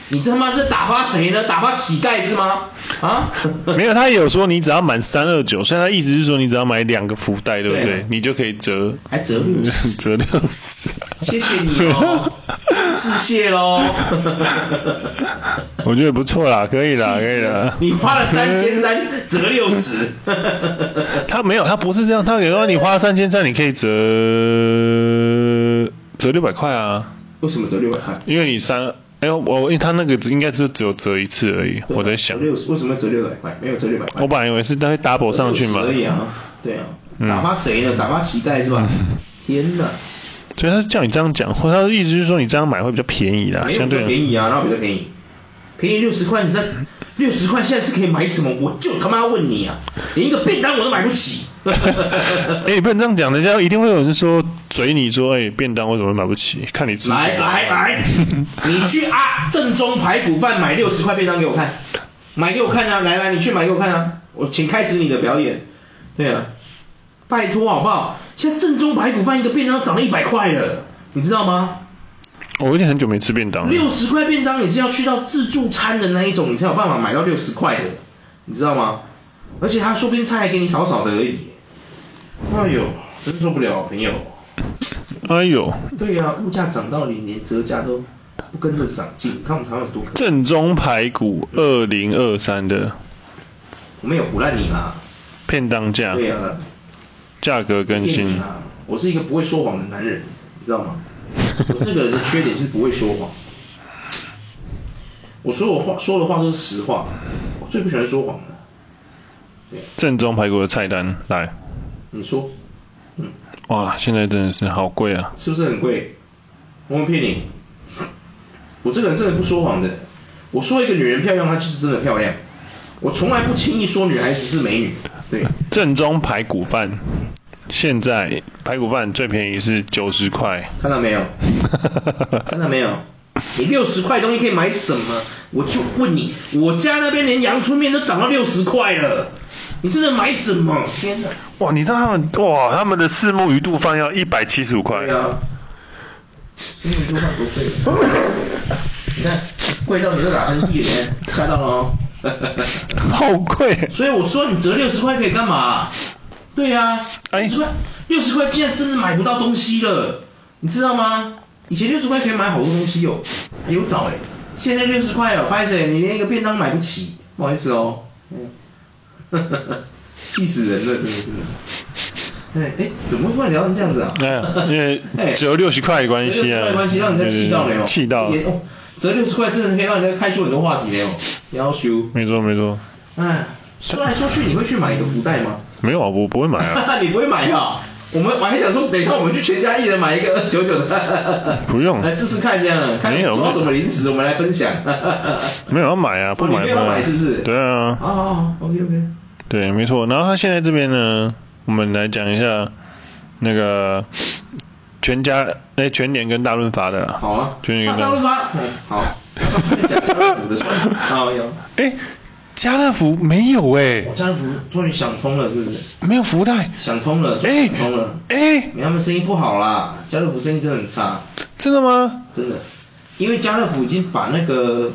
Speaker 2: 你他妈是打发谁呢？打发乞丐是吗？啊？
Speaker 1: *laughs*
Speaker 2: *laughs*
Speaker 1: 没有，他也有说你只要满三二九，所以他意思是说你只要买两个福袋，对不对？
Speaker 2: 对啊
Speaker 1: 你就可以折
Speaker 2: 还折六十，
Speaker 1: *laughs* 折六十。
Speaker 2: 谢谢你哦，
Speaker 1: *laughs*
Speaker 2: 致谢喽。
Speaker 1: 我觉得不错啦，可以啦，可以啦。
Speaker 2: *laughs* 你花了三千三折六十， *laughs*
Speaker 1: 他没有，他不是这样，他给说你花三千三，你可以折折六百块啊，
Speaker 2: 为什么折六百块？
Speaker 1: 因为你三，哎呦，我因为他那个应该是只有折一次而已，我在想
Speaker 2: 啊折，六十为什么要折六百块？没有折六百块
Speaker 1: 我。本来以为是他会 double 上去嘛，嗯
Speaker 2: 可以啊，对啊，打发谁呢？打发乞丐是吧？天哪，
Speaker 1: 所以他叫你这样讲，或者他的意思是说你这样买会比较便宜啦，
Speaker 2: 没有
Speaker 1: 相
Speaker 2: 比
Speaker 1: 对
Speaker 2: 较便宜啊，那比较便宜，便宜六十块，你在六十块现在是可以买什么？我就他妈问你啊，连一个便当我都买不起。 *laughs*
Speaker 1: 哎、不能这样讲，人家一定会有人说嘴你说，哎、便当为什么买不起？看你吃什么
Speaker 2: 来来来，你去啊正宗排骨饭买六十块便当给我看，买给我看啊！来来，你去买给我看啊！我请开始你的表演。对啊，拜托好不好？现在正宗排骨饭一个便当涨了一百块了，你知道吗？
Speaker 1: 我已经很久没吃便当了。
Speaker 2: 六十块便当，你是要去到自助餐的那一种，你才有办法买到六十块的，你知道吗？而且他说不定菜还给你少少的而已。哎呦，真受不了，朋友。
Speaker 1: 哎呦，
Speaker 2: 对呀、物价涨到你连折价都不跟着涨进，你看我们台湾有多可怜。
Speaker 1: 正宗排骨二零二三的
Speaker 2: 我们有胡烂你啦。
Speaker 1: 便当价，
Speaker 2: 对呀、啊
Speaker 1: 价格更
Speaker 2: 骗
Speaker 1: 新
Speaker 2: 你，啦。我是一个不会说谎的男人，你知道吗？我这个人的缺点是不会说谎。我说我话说的话都是实话，我最不喜欢说谎了。对，
Speaker 1: 正宗排骨的菜单来，
Speaker 2: 你说，嗯，
Speaker 1: 哇，现在真的是好贵啊！
Speaker 2: 是不是很贵？我没骗你，我这个人真的不说谎的。我说一个女人漂亮，她就是真的漂亮。我从来不轻易说女孩子是美女。对，
Speaker 1: 正宗排骨饭，现在排骨饭最便宜是九十块， *laughs*
Speaker 2: 看到没有？看到没有？你六十块东西可以买什么？我就问你，我家那边连阳春面都涨到六十块了，你真的买什么？天哪！
Speaker 1: 哇，你知道他们哇，他们的四目鱼肚饭要一百七十五块
Speaker 2: 对，啊，所以你多换多贵了。你看，贵到你都打 N 亿元，吓到了哦。
Speaker 1: 好贵。
Speaker 2: 所以我说你折六十块可以干嘛？对呀、啊，
Speaker 1: 哎
Speaker 2: 六十块，六十块现在真的买不到东西了，你知道吗？以前六十块可以买好多东西哦，还有找哎，现在六十块哦，不好意思，你连一个便当买不起，不好意思哦，嗯， *laughs* 气死人了，真的是。哎哎，怎么会突然聊成这样子啊？
Speaker 1: 哎因为
Speaker 2: *laughs* 哎
Speaker 1: 折60块的关系啊
Speaker 2: 折60块的关系让人家气到了
Speaker 1: 对对
Speaker 2: 哦，
Speaker 1: 对气到
Speaker 2: 也哦，折六十块真的可以让人家开出很多话题了哦，要求。
Speaker 1: 没错没错，
Speaker 2: 哎，说来说去，你会去买一个福袋吗？ *laughs*
Speaker 1: 没有啊，我不会买啊，
Speaker 2: 你不会买的。我们我还想说，等一下我们去全家一人买一个九九的，
Speaker 1: *laughs* 不用
Speaker 2: 来试试看这样，看
Speaker 1: 没有
Speaker 2: 抓什么零食，我们来分享。
Speaker 1: 没有要买啊，不
Speaker 2: 哦你
Speaker 1: 买
Speaker 2: 没
Speaker 1: 不
Speaker 2: 有要买是不哦是？
Speaker 1: 对啊。
Speaker 2: 好好好，OK OK。
Speaker 1: 对，没错。然后他现在这边呢，我们来讲一下那个全家哎全年跟大润发的啦。
Speaker 2: 好啊，
Speaker 1: 全年
Speaker 2: 啊
Speaker 1: 跟
Speaker 2: 大
Speaker 1: 大
Speaker 2: 润
Speaker 1: 润
Speaker 2: 发，嗯好，
Speaker 1: *laughs*
Speaker 2: 讲家乐福的算了，好有。
Speaker 1: 哎，家乐福没有哎、
Speaker 2: 我家乐福终于想通了，是不是？
Speaker 1: 没有福袋。
Speaker 2: 想通了，终于
Speaker 1: 哎
Speaker 2: 想通了。
Speaker 1: 哎，
Speaker 2: 没他们生意不好啦，家乐福生意真的很差。
Speaker 1: 真的吗？
Speaker 2: 真的，因为家乐福已经把那个，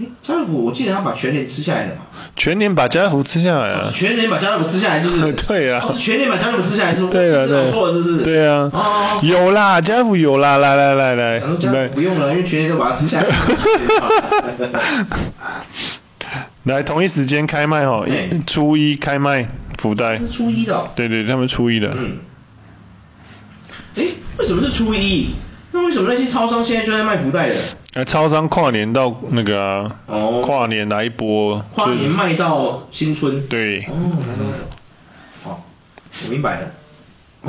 Speaker 2: 诶家乐福我记得他把全联吃下来了嘛，
Speaker 1: 全年把家乐福吃下来
Speaker 2: 哦
Speaker 1: 了
Speaker 2: 是。全联把家乐福吃下来是不是？
Speaker 1: 啊 *laughs* 对啊
Speaker 2: 哦，是全联把家乐福吃下来是不是？
Speaker 1: 对啊，对
Speaker 2: 我记
Speaker 1: 啊，
Speaker 2: 得我错了是不是？
Speaker 1: 对啊
Speaker 2: 哦哦，哦。
Speaker 1: 有啦，家乐福有啦，来来来来
Speaker 2: 然后家乐
Speaker 1: 来
Speaker 2: 福不用了，因为全联都把它吃下来 *laughs* 了。
Speaker 1: 来，同一时间开卖哦，
Speaker 2: 哎
Speaker 1: 一初一开卖福袋
Speaker 2: 是，初一的、哦。
Speaker 1: 对对，他们初一的，
Speaker 2: 嗯。 *coughs* 哎，为什么是初一？那为什么那些超商现在就在卖福袋了？
Speaker 1: 呃，超商跨年到那个啊、
Speaker 2: 哦
Speaker 1: 跨年来一波，
Speaker 2: 跨
Speaker 1: 就是
Speaker 2: 年卖到新春。
Speaker 1: 对
Speaker 2: 哦，难怪。哦，我明白了。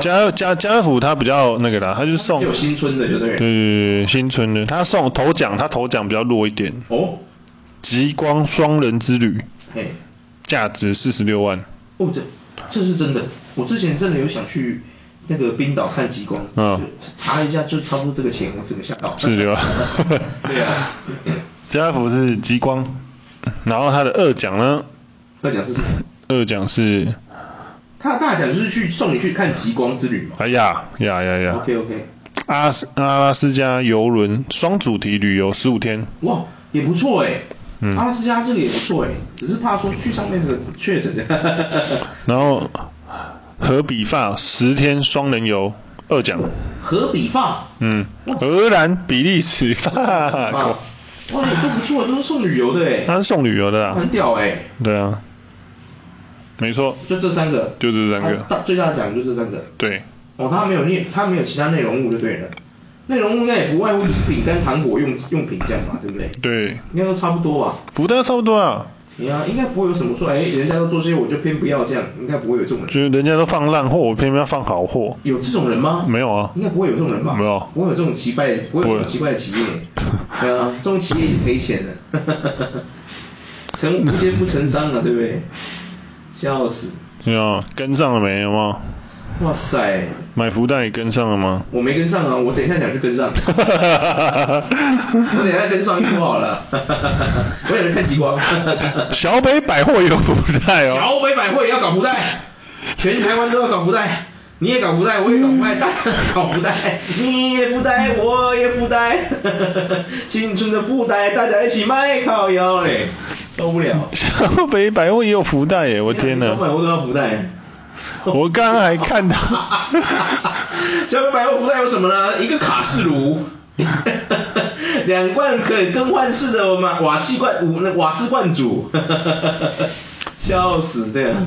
Speaker 1: 家家家乐福它比较那个啦，它就送
Speaker 2: 有新春的就对
Speaker 1: 对对
Speaker 2: 了。
Speaker 1: 对对新春的，它送头奖，它头奖比较弱一点，
Speaker 2: 哦，
Speaker 1: 极光双人之旅，
Speaker 2: 嘿，
Speaker 1: 价值四十六万，
Speaker 2: 哦这这是真的，我之前真的有想去那个冰岛看极光，
Speaker 1: 嗯
Speaker 2: 就查了一下就差不多这个钱，我整个吓到。，
Speaker 1: 四十六万
Speaker 2: *laughs* 对啊，
Speaker 1: *laughs* 家乐福是极光，然后它的二奖呢，
Speaker 2: 要讲是什么？
Speaker 1: 二奖是，
Speaker 2: 他的大奖就是去送你去看极光之旅嘛。
Speaker 1: 哎呀呀呀呀
Speaker 2: OK OK，
Speaker 1: 阿斯阿拉斯加游轮双主题旅游十五天，
Speaker 2: 哇，也不错哎、
Speaker 1: 嗯
Speaker 2: 阿拉斯加这个也不错哎、只是怕说去上面这个
Speaker 1: *laughs*
Speaker 2: 确诊的。
Speaker 1: 然后和比发十天双人游二奖，
Speaker 2: 和比放，
Speaker 1: 嗯
Speaker 2: 哇，
Speaker 1: 荷兰、比利时， *laughs* 哈哈哈
Speaker 2: 哇
Speaker 1: 靠，
Speaker 2: 哇，你都不错，都是送旅游的哎、
Speaker 1: 他是送旅游的啦
Speaker 2: 很，屌哎、
Speaker 1: 对啊，没错，
Speaker 2: 就这三个，
Speaker 1: 就这三个
Speaker 2: 他大最大的奖就这三个。
Speaker 1: 对，
Speaker 2: 哦，他没有内，他没有其他内容物就对了。内容物那也不外乎就是饼干、糖果用用品这样嘛，对不对？，
Speaker 1: 对，
Speaker 2: 应该都差不多吧。
Speaker 1: 福袋差不多啊，
Speaker 2: 你啊，应该不会有什么说，哎，人家都做这些，我就偏不要这样，应该不会有这种人。
Speaker 1: 就是人家都放烂货，我偏偏要放好货，
Speaker 2: 有这种人吗？
Speaker 1: 没有啊
Speaker 2: 应该不会有这种人吧？
Speaker 1: 没有
Speaker 2: 不会有这种奇怪的，不会有这
Speaker 1: 不会
Speaker 2: 种奇怪的企业。对啊，这种企业已经赔钱了， *laughs* 成无奸不成商了，啊对不对？笑死！
Speaker 1: 有没有跟上了没？有吗？
Speaker 2: 哇塞，
Speaker 1: 买福袋你跟上了吗？
Speaker 2: 我没跟上啊，我等一下想
Speaker 1: *laughs*
Speaker 2: 去跟上。我等一下跟上一波好了， *laughs* 我也能看
Speaker 1: *laughs*
Speaker 2: 极光。
Speaker 1: 小北百货有福袋哦，
Speaker 2: 小北百货也要搞福袋，全台湾都要搞福袋，你也搞福袋，我也搞福袋，大家都搞福袋，你也福袋，我也福袋，新春的福袋，大家一起卖烤腰嘞，受不了！
Speaker 1: 小北百货也有福袋耶，我天
Speaker 2: 小北百
Speaker 1: 哪！
Speaker 2: 货都要福袋。
Speaker 1: 我刚刚还看
Speaker 2: *laughs*
Speaker 1: 到，
Speaker 2: 小北百货福袋有什么呢？一个卡式炉， *laughs* 两罐可以更换式的瓦瓦器罐五瓦斯罐组， *laughs* 笑死对啊！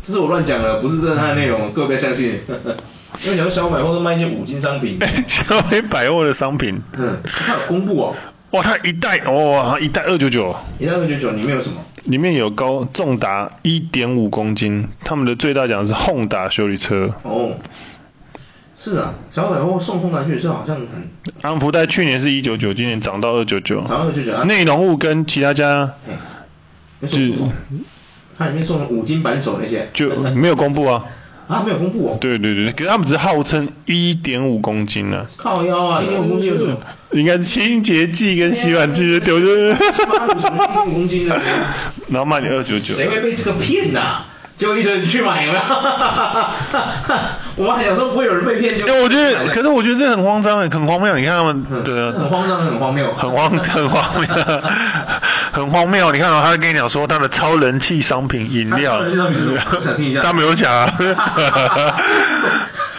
Speaker 2: 这是我乱讲的，不是真的它的内容，各位不要相信。 *laughs* 因为你说小北百货都卖一些五金商品，
Speaker 1: 小北百货的商品，
Speaker 2: *laughs* 嗯，它有公布哦，
Speaker 1: 哇，它一袋哇，一袋二九九，
Speaker 2: 一到二九九里面有什么？
Speaker 1: 里面有高重达一点五公斤，他们的最大奖是 Honda 修理车。
Speaker 2: 哦，是啊，小北百货送送达去是好像很
Speaker 1: 安福袋去年是一九九，今年涨到二九九。
Speaker 2: 涨到299啊
Speaker 1: 内容物跟其他家
Speaker 2: 哎，那送什么它里面送了五金扳手那些，
Speaker 1: 就没有公布啊。
Speaker 2: 啊，没有公布哦。
Speaker 1: 对对对，可是他们只是号称一点五公斤呢、
Speaker 2: 靠腰啊，一点五公斤有什么？
Speaker 1: 应该是清洁剂跟洗碗剂的丢就
Speaker 2: *laughs* 妈有什么一点五公斤的？
Speaker 1: 然后卖你二九九。
Speaker 2: 谁会被这个骗呐、结果一堆人去买，有没有？我妈想说不会有人
Speaker 1: *laughs*
Speaker 2: 被骗，就
Speaker 1: 哎、我觉
Speaker 2: *laughs*
Speaker 1: 得，可是我觉得这很慌张，欸很荒谬。你看他们，对啊，
Speaker 2: 很慌张，很荒谬，
Speaker 1: 很荒，很荒谬， *laughs* 很荒谬。你看啊、他在跟你讲说他的超人气商品饮料，
Speaker 2: 他超人气商品是什么我想听一下
Speaker 1: 他没有讲啊。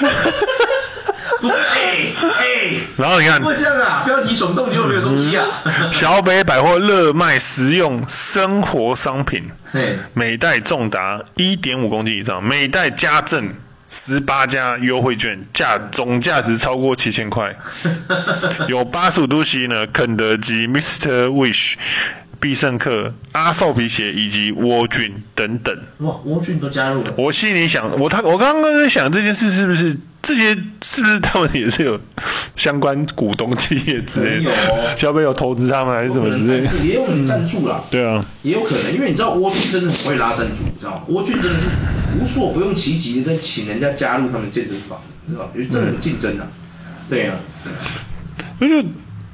Speaker 1: *laughs*
Speaker 2: 不是哎哎，
Speaker 1: 然后你看
Speaker 2: 不会这样啊，标题耸动就没有东西啊。
Speaker 1: 小北百货热卖实用生活商品，
Speaker 2: 嘿，
Speaker 1: 每袋重达一点五公斤以上，每袋加赠十八家优惠券，价总价值超过七千
Speaker 2: *laughs*
Speaker 1: 块。有八十五度 C 呢，肯德基、Mr. Wish、必胜客、阿少皮鞋以及窝菌等等。
Speaker 2: 哇，蜗菌都加入了，
Speaker 1: 我心里想，我他我刚刚在想这件事是不是这些是不是他们也是有相关股东企业之类
Speaker 2: 可能有哦
Speaker 1: 的，小北有投资他们还是什么
Speaker 2: 可能
Speaker 1: 之类的
Speaker 2: 赞？助也有可能赞助啦。
Speaker 1: 对啊，
Speaker 2: 也有可能，因为你知道蜗苣真的很会拉赞助，你知道吗？蜗苣真的是无所不用其极的在请人家加入他们健身房，你知道吗？因为真的很竞争啊。对啊，
Speaker 1: 我觉得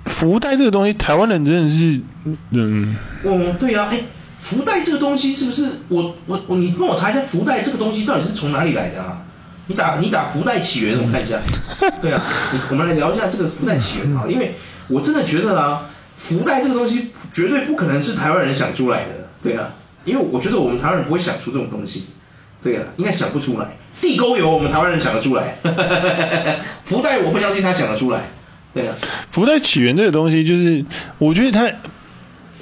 Speaker 1: 福袋这个东西，台湾人真的是，嗯，
Speaker 2: 嗯，对啊，哎，福袋这个东西是不是我我我你帮我查一下福袋这个东西到底是从哪里来的啊？你打你打福袋起源，我看
Speaker 1: *laughs*
Speaker 2: 一下。对啊，你我们来聊一下这个福袋起源啊，
Speaker 1: 嗯
Speaker 2: 因为我真的觉得啊，福袋这个东西绝对不可能是台湾人想出来的。对啊，因为我觉得我们台湾人不会想出这种东西。对啊，应该想不出来。地沟油我们台湾人想得出来， *laughs* 福袋我不相信他想得出来。对啊，
Speaker 1: 福袋起源这个东西，就是我觉得它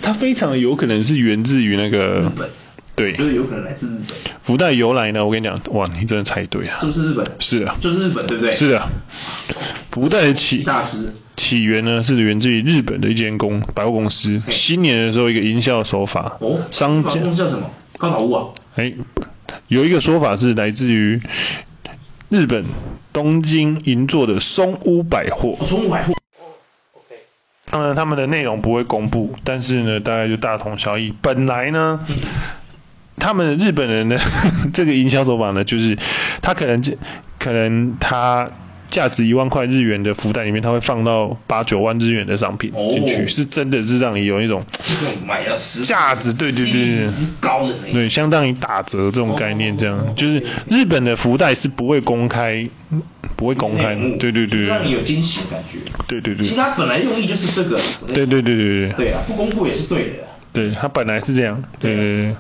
Speaker 1: 它非常有可能是源自于那
Speaker 2: 日
Speaker 1: 个
Speaker 2: 本，
Speaker 1: 对
Speaker 2: 就是有可能来自日本。
Speaker 1: 福袋由来呢。我跟你讲，哇，你真的猜对了，
Speaker 2: 是不是日本？
Speaker 1: 是啊
Speaker 2: 就是日本，对不对？
Speaker 1: 是的，福袋的起
Speaker 2: 大师
Speaker 1: 起源呢是源自于日本的一间公百货公司，
Speaker 2: 嘿
Speaker 1: 新年的时候一个营销手法，
Speaker 2: 哦，
Speaker 1: 商
Speaker 2: 法
Speaker 1: 家
Speaker 2: 公司叫什么？高岛屋啊。
Speaker 1: 哎，有一个说法是来自于日本东京银座的松屋百货
Speaker 2: 哦，，中午百 *laughs* 货。
Speaker 1: 当然他们的内容不会公布，但是呢，大概就大同小异。本来呢，他们日本人的 *laughs* 这个营销手法呢，就是他可能这可能他。价值一万块日元的福袋里面，他会放到八九万日元的商品进去，
Speaker 2: 哦
Speaker 1: 是真的是让你有一种
Speaker 2: 这种买了十
Speaker 1: 价值对对对对
Speaker 2: 值高的那一种。
Speaker 1: 对，相当于打折这种概念，这
Speaker 2: 哦哦哦
Speaker 1: 样就是日本的福袋是不会公开，不会公开
Speaker 2: 内幕，
Speaker 1: 对对对，
Speaker 2: 让你有惊喜的感觉。
Speaker 1: 对对
Speaker 2: 其实
Speaker 1: 对，
Speaker 2: 它本来用意就是这个。
Speaker 1: 对对对对对
Speaker 2: 对啊，不公布也是对的。
Speaker 1: 对，他本来是这样，对
Speaker 2: 啊
Speaker 1: 对对，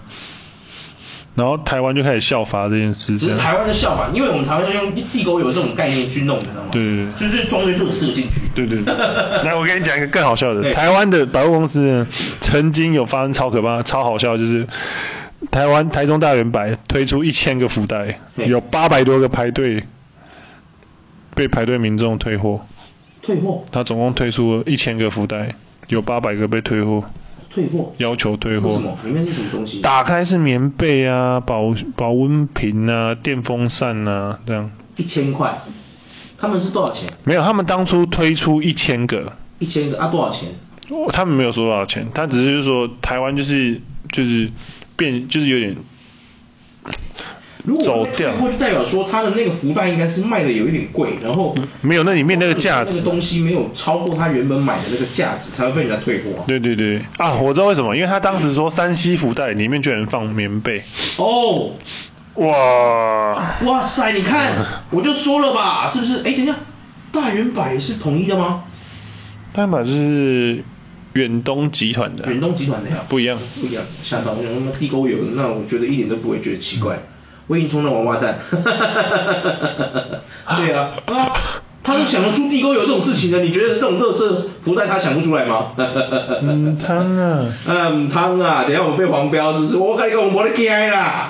Speaker 1: 然后台湾就开始效法这件事，这
Speaker 2: 只是
Speaker 1: 样，
Speaker 2: 嗯台湾的笑法，因为我们台湾都用地沟油这种概念去弄，你知道吗？
Speaker 1: 对对对
Speaker 2: 就是装一堆垃圾进去。
Speaker 1: 对
Speaker 2: *laughs*
Speaker 1: 对对。来，我跟你讲一个更好笑
Speaker 2: 对
Speaker 1: 的，台湾的百货公司呢，曾经有发生超可怕、超好笑的，就是台湾台中大圆百推出一千个福袋，
Speaker 2: 嗯
Speaker 1: 有八百多个排队被排队民众退货。
Speaker 2: 退货，
Speaker 1: 他总共推出一千个福袋，有八百个被退货，
Speaker 2: 退货。
Speaker 1: 要求退
Speaker 2: 为什
Speaker 1: 货
Speaker 2: 么。？里面是什么东西？
Speaker 1: 打开是棉被啊、保保温瓶啊、电风扇啊，这样。
Speaker 2: 一千块，他们是多少钱？
Speaker 1: 没有，他们当初推出一千个，
Speaker 2: 一千个啊，多少钱？
Speaker 1: 哦他们没有说多少钱，他只是说台湾就是就是变就是有点
Speaker 2: 如果
Speaker 1: 走掉
Speaker 2: 退货就代表说他的那个福袋应该是卖的有一点贵，然后
Speaker 1: 没有那里嗯面那个价
Speaker 2: 哦那
Speaker 1: 值
Speaker 2: 个。东西没有超过他原本买的那个价值，才会被人家退货啊。
Speaker 1: 对对对啊，我知道为什么，因为他当时说山西福袋里面居然放棉被，
Speaker 2: 哦，
Speaker 1: 哇，
Speaker 2: 哇塞，你看，我就说了吧，是不是？哎，等一下，大圆百是统一的吗？
Speaker 1: 单板是远东集团的，
Speaker 2: 远东集团的呀，
Speaker 1: 不一样
Speaker 2: 不一样，吓到我想他妈地沟油，那我觉得一点都不会觉得
Speaker 1: 嗯
Speaker 2: 奇怪。魏应充的王八
Speaker 1: *laughs*
Speaker 2: 蛋，对啊，啊，他都想得出地沟油这种事情的，你觉得这种乐色福袋他想不出来吗？
Speaker 1: 嗯，他啊。
Speaker 2: *laughs* 嗯，汤啊，等一下我们被黄标是不是？我跟你讲，我没得惊啦，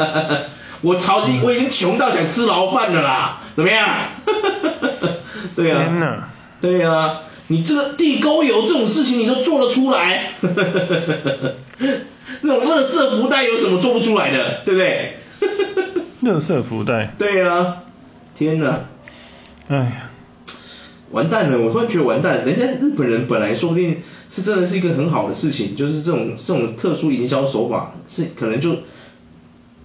Speaker 2: *laughs* 我超
Speaker 1: 嗯
Speaker 2: 级我已经穷到想吃牢饭了啦，怎么样？ *laughs* 对啊，
Speaker 1: 天哪
Speaker 2: 对啊，你这个地沟油这种事情你都做得出来， *laughs* 那种垃圾福袋有什么做不出来的，对不对？ *laughs*
Speaker 1: 乐色福袋，
Speaker 2: 对啊，天哪！
Speaker 1: 哎呀，
Speaker 2: 完蛋了！我突然觉得完蛋了，人家日本人本来说不定是真的是一个很好的事情，就是这种这种特殊营销手法是可能就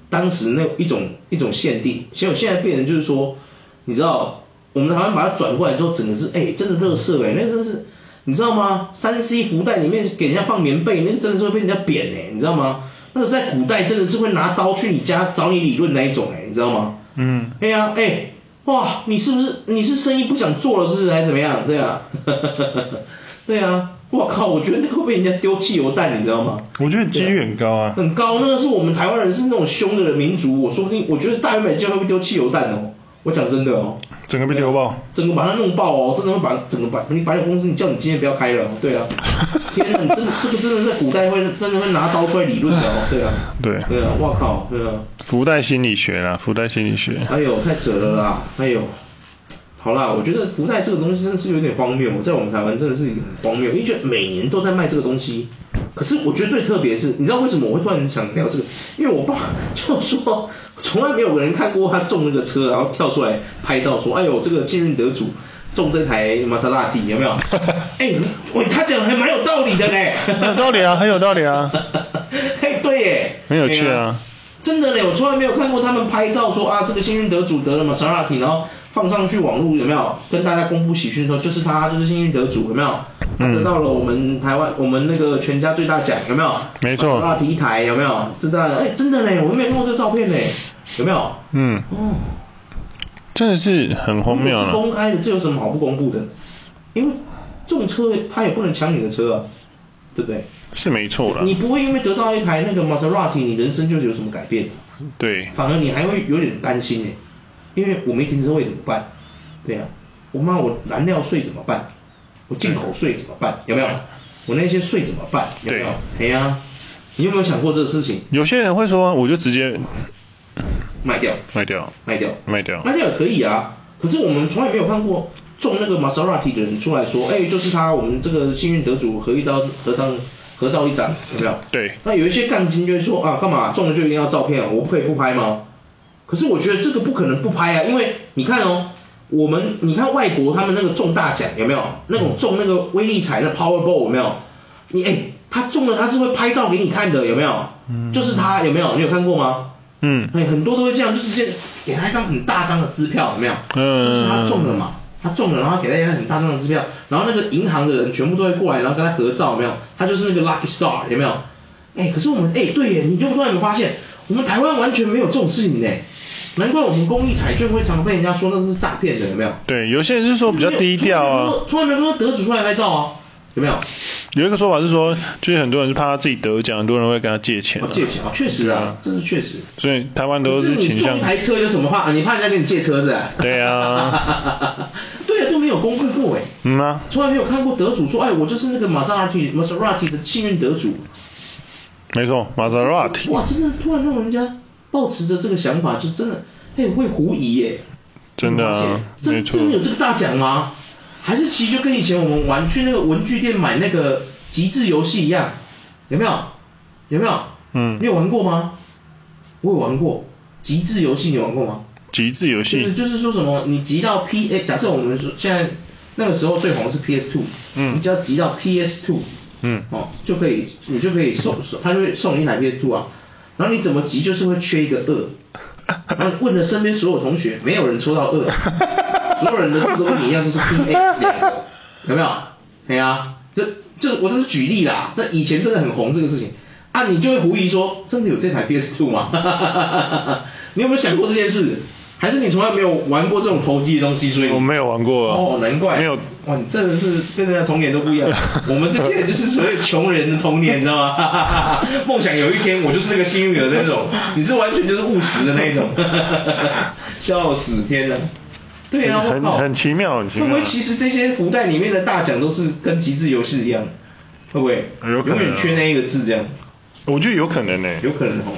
Speaker 2: 当时那一种一种限定，结果现在变成就是说，你知道我们台湾把它转过来之后，整个是哎、真的乐色哎，那真的是你知道吗？三 C 福袋里面给人家放棉被，那真的是会被人家扁哎、你知道吗？那个在古代真的是会拿刀去你家找你理论那一种哎、你知道吗？
Speaker 1: 嗯，
Speaker 2: 哎呀，哎、哇，你是不是你是生意不想做了，是不是还是怎么样？对啊， *laughs* 对啊，我靠，我觉得那个会被人家丢汽油弹，你知道吗？
Speaker 1: 我觉得几率很高啊。
Speaker 2: 很高，那个是我们台湾人是那种凶的民族，我说不定，我觉得大原本就会被丢汽油弹哦，我讲真的哦，
Speaker 1: 整个被丢爆。
Speaker 2: 整个把它弄爆哦，真的会把整个把你保险公司，你叫你今天不要开了哦，对
Speaker 1: *laughs*
Speaker 2: 啊，天哪，你真的这个真的在古代会真的会拿刀出来理论的哦，对啊，
Speaker 1: 对
Speaker 2: 对啊，我靠，对啊，
Speaker 1: 福袋心理学啦，福袋心理学。
Speaker 2: 哎呦，太扯了啦！哎呦，好啦，我觉得福袋这个东西真的是有点荒谬，在我们台湾真的是很荒谬，因为就每年都在卖这个东西。可是我觉得最特别的是，你知道为什么我会突然想聊这个？因为我爸就说，从来没有人看过他中那个车，然后跳出来拍照说：“哎呦，这个幸运得主中这台玛莎拉蒂，有没有？”哎、你我他讲的还蛮有道理的嘞，
Speaker 1: *laughs* 很有道理啊，很有道理啊。
Speaker 2: *laughs* 嘿，哎对耶，
Speaker 1: 很有趣啊
Speaker 2: 对真的嘞，我从来没有看过他们拍照说啊，这个幸运得主得了玛莎拉蒂，然后放上去网络有没有？跟大家公布喜讯的时候，就是他就是幸运得主有没有？
Speaker 1: 嗯
Speaker 2: 他得到了我们台湾我们那个全家最大奖有没有？
Speaker 1: 没错
Speaker 2: 玛莎拉蒂一台有没有？知道了，哎，真的嘞，我都没有看过这个照片嘞，有没有？
Speaker 1: 嗯，
Speaker 2: 哦，
Speaker 1: 真的是很荒谬啊
Speaker 2: 如果是公
Speaker 1: 了。
Speaker 2: 开的，这有什么好不公布的？因为这种车他也不能抢你的车啊，对不对？
Speaker 1: 是没错啦。
Speaker 2: 你不会因为得到一台那个玛莎拉蒂，你人生就有什么改变？
Speaker 1: 对，
Speaker 2: 反而你还会有点担心呢，欸因为我没停车位怎么办？对呀、啊我妈我燃料税怎么办？我进口税怎么办？有没有？我那些税怎么办？有没有？哎呀、你有没有想过这个事情？
Speaker 1: 有些人会说，我就直接
Speaker 2: 卖掉，
Speaker 1: 卖掉。
Speaker 2: 卖掉，
Speaker 1: 卖掉
Speaker 2: 卖掉也可以啊。可是我们从来没有看过中那个玛莎拉蒂的人出来说，哎、就是他，我们这个幸运得主合一张合张合照一张，有没有？
Speaker 1: 对
Speaker 2: 那有一些杠精就会说啊，干嘛中了就一定要照片啊，我不可以不拍吗？可是我觉得这个不可能不拍啊，因为你看哦，我们你看外国他们那个中大奖有没有？那
Speaker 1: 嗯
Speaker 2: 种中那个威力彩的 Powerball 有没有？你哎、他中了他是会拍照给你看的，有没有？
Speaker 1: 嗯
Speaker 2: 就是他有没有？你有看过吗？
Speaker 1: 嗯
Speaker 2: 哎，很多都会这样，就直接给他一张很大张的支票，有没有？
Speaker 1: 嗯
Speaker 2: 就是他中了嘛，他中了，然后给他一张很大张的支票，然后那个银行的人全部都会过来，然后跟他合照，有没有？他就是那个 lucky star，有没有？哎，可是我们哎，对耶，你就突然有没有发现，我们台湾完全没有这种事情呢，难怪我们公益彩券会常被人家说那是诈骗的，有没有？
Speaker 1: 对，有些人是说比较低调啊。
Speaker 2: 从来没有跟得主出来拍照啊，有没有？
Speaker 1: 有一个说法是说，就是很多人是怕他自己得奖，很多人会跟他借钱、
Speaker 2: 哦，借钱啊，确实啊，这是确实。
Speaker 1: 所以台湾都
Speaker 2: 可是
Speaker 1: 倾
Speaker 2: 你撞
Speaker 1: 向
Speaker 2: 一台车有什么怕？你怕人家给你借车是吧？
Speaker 1: 对啊，
Speaker 2: *laughs* 对啊，都没有公布过哎，
Speaker 1: 嗯啊，
Speaker 2: 从来没有看过得主说，哎，我就是那个玛莎拉蒂玛莎拉蒂的幸运得主。
Speaker 1: 没错，玛莎拉蒂。
Speaker 2: 哇，真的突然让人家抱持着这个想法，就真的，哎，会狐疑耶。
Speaker 1: 真的啊
Speaker 2: 真
Speaker 1: 没错
Speaker 2: 真的有这个大奖吗？还是其实就跟以前我们玩去那个文具店买那个极致游戏一样，有没有？有没有？
Speaker 1: 嗯
Speaker 2: 你有玩过吗？我有玩过极致游戏，你玩过吗？
Speaker 1: 极致游
Speaker 2: 就是
Speaker 1: 戏，
Speaker 2: 就是说什么，你集到 P，哎，假设我们说现在那个时候最红是 PS Two，
Speaker 1: 嗯
Speaker 2: 你只要集到 PS Two，
Speaker 1: 嗯
Speaker 2: 哦，就可以你就可以送，送他就会送你一台 PS Two 啊，然后你怎么集就是会缺一个二，然后你问了身边所有同学，没有人抽到二，所有人的字都跟你一样，就是 PS 两个，有没有？对啊，这这我这是举例啦，这以前真的很红这个事情啊，你就会狐疑说，真的有这台 PS Two 吗？ *laughs* 你有没有想过这件事？还是你从来没有玩过这种投机的东西，所以
Speaker 1: 我没有玩过啊
Speaker 2: 哦，难怪
Speaker 1: 没有
Speaker 2: 哇，你真的是跟人家童年都不
Speaker 1: *laughs*
Speaker 2: 一样。我们这些人就是所谓穷人的童年，你知道吗？ *laughs* 梦想有一天我就是那个幸运儿那种，你是完全就是务实的那种， *laughs* 笑死天哪！对啊，我
Speaker 1: 很
Speaker 2: 靠，
Speaker 1: 很奇妙很奇妙
Speaker 2: 会不会其实这些福袋里面的大奖都是跟极致游戏一样？会不会？
Speaker 1: 有可能啊
Speaker 2: 永远缺那一个字这样，
Speaker 1: 我觉得有可能呢、
Speaker 2: 有可能哦。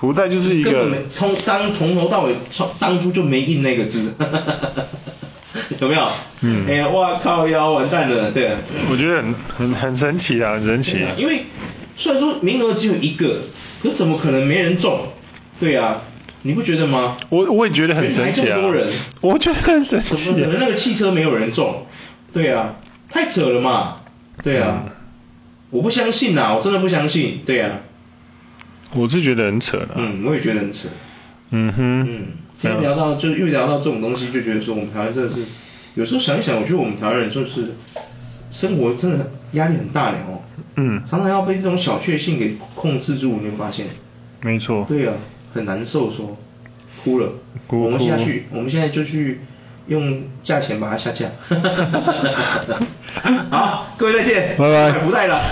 Speaker 1: 福袋就是一
Speaker 2: 根本
Speaker 1: 个
Speaker 2: 没从当从头到尾从当初就没印那个字， *laughs* 有没有？
Speaker 1: 嗯
Speaker 2: 哎、呀，哇靠腰，完蛋了，对啊。
Speaker 1: 我觉得很很很神奇啊，很神奇。
Speaker 2: 因为虽然说名额只有一个，可怎么可能没人中？对啊，你不觉得吗？
Speaker 1: 我我也觉得很神奇
Speaker 2: 原
Speaker 1: 啊
Speaker 2: 来这么多人，
Speaker 1: 我觉得很神奇
Speaker 2: 怎么
Speaker 1: 啊、
Speaker 2: 可能那个汽车没有人中？对啊，太扯了嘛。对啊，
Speaker 1: 嗯
Speaker 2: 我不相信啊呐，我真的不相信。对啊，
Speaker 1: 我是觉得很扯了、
Speaker 2: 嗯，我也觉得很扯。
Speaker 1: 嗯哼，
Speaker 2: 嗯，今天聊到就越聊到这种东西，就觉得说我们台湾真的是，有时候想一想，我觉得我们台湾人就是生活真的压力很大的哦。
Speaker 1: 嗯
Speaker 2: 常常要被这种小确幸给控制住，你会发现。
Speaker 1: 没错。
Speaker 2: 对啊，很难受说，哭了。
Speaker 1: 哦哭
Speaker 2: 我们下
Speaker 1: 哭
Speaker 2: 去，我们现在就去用价 *laughs* 钱把它下架。好，各位再见。
Speaker 1: 拜拜
Speaker 2: 不带了。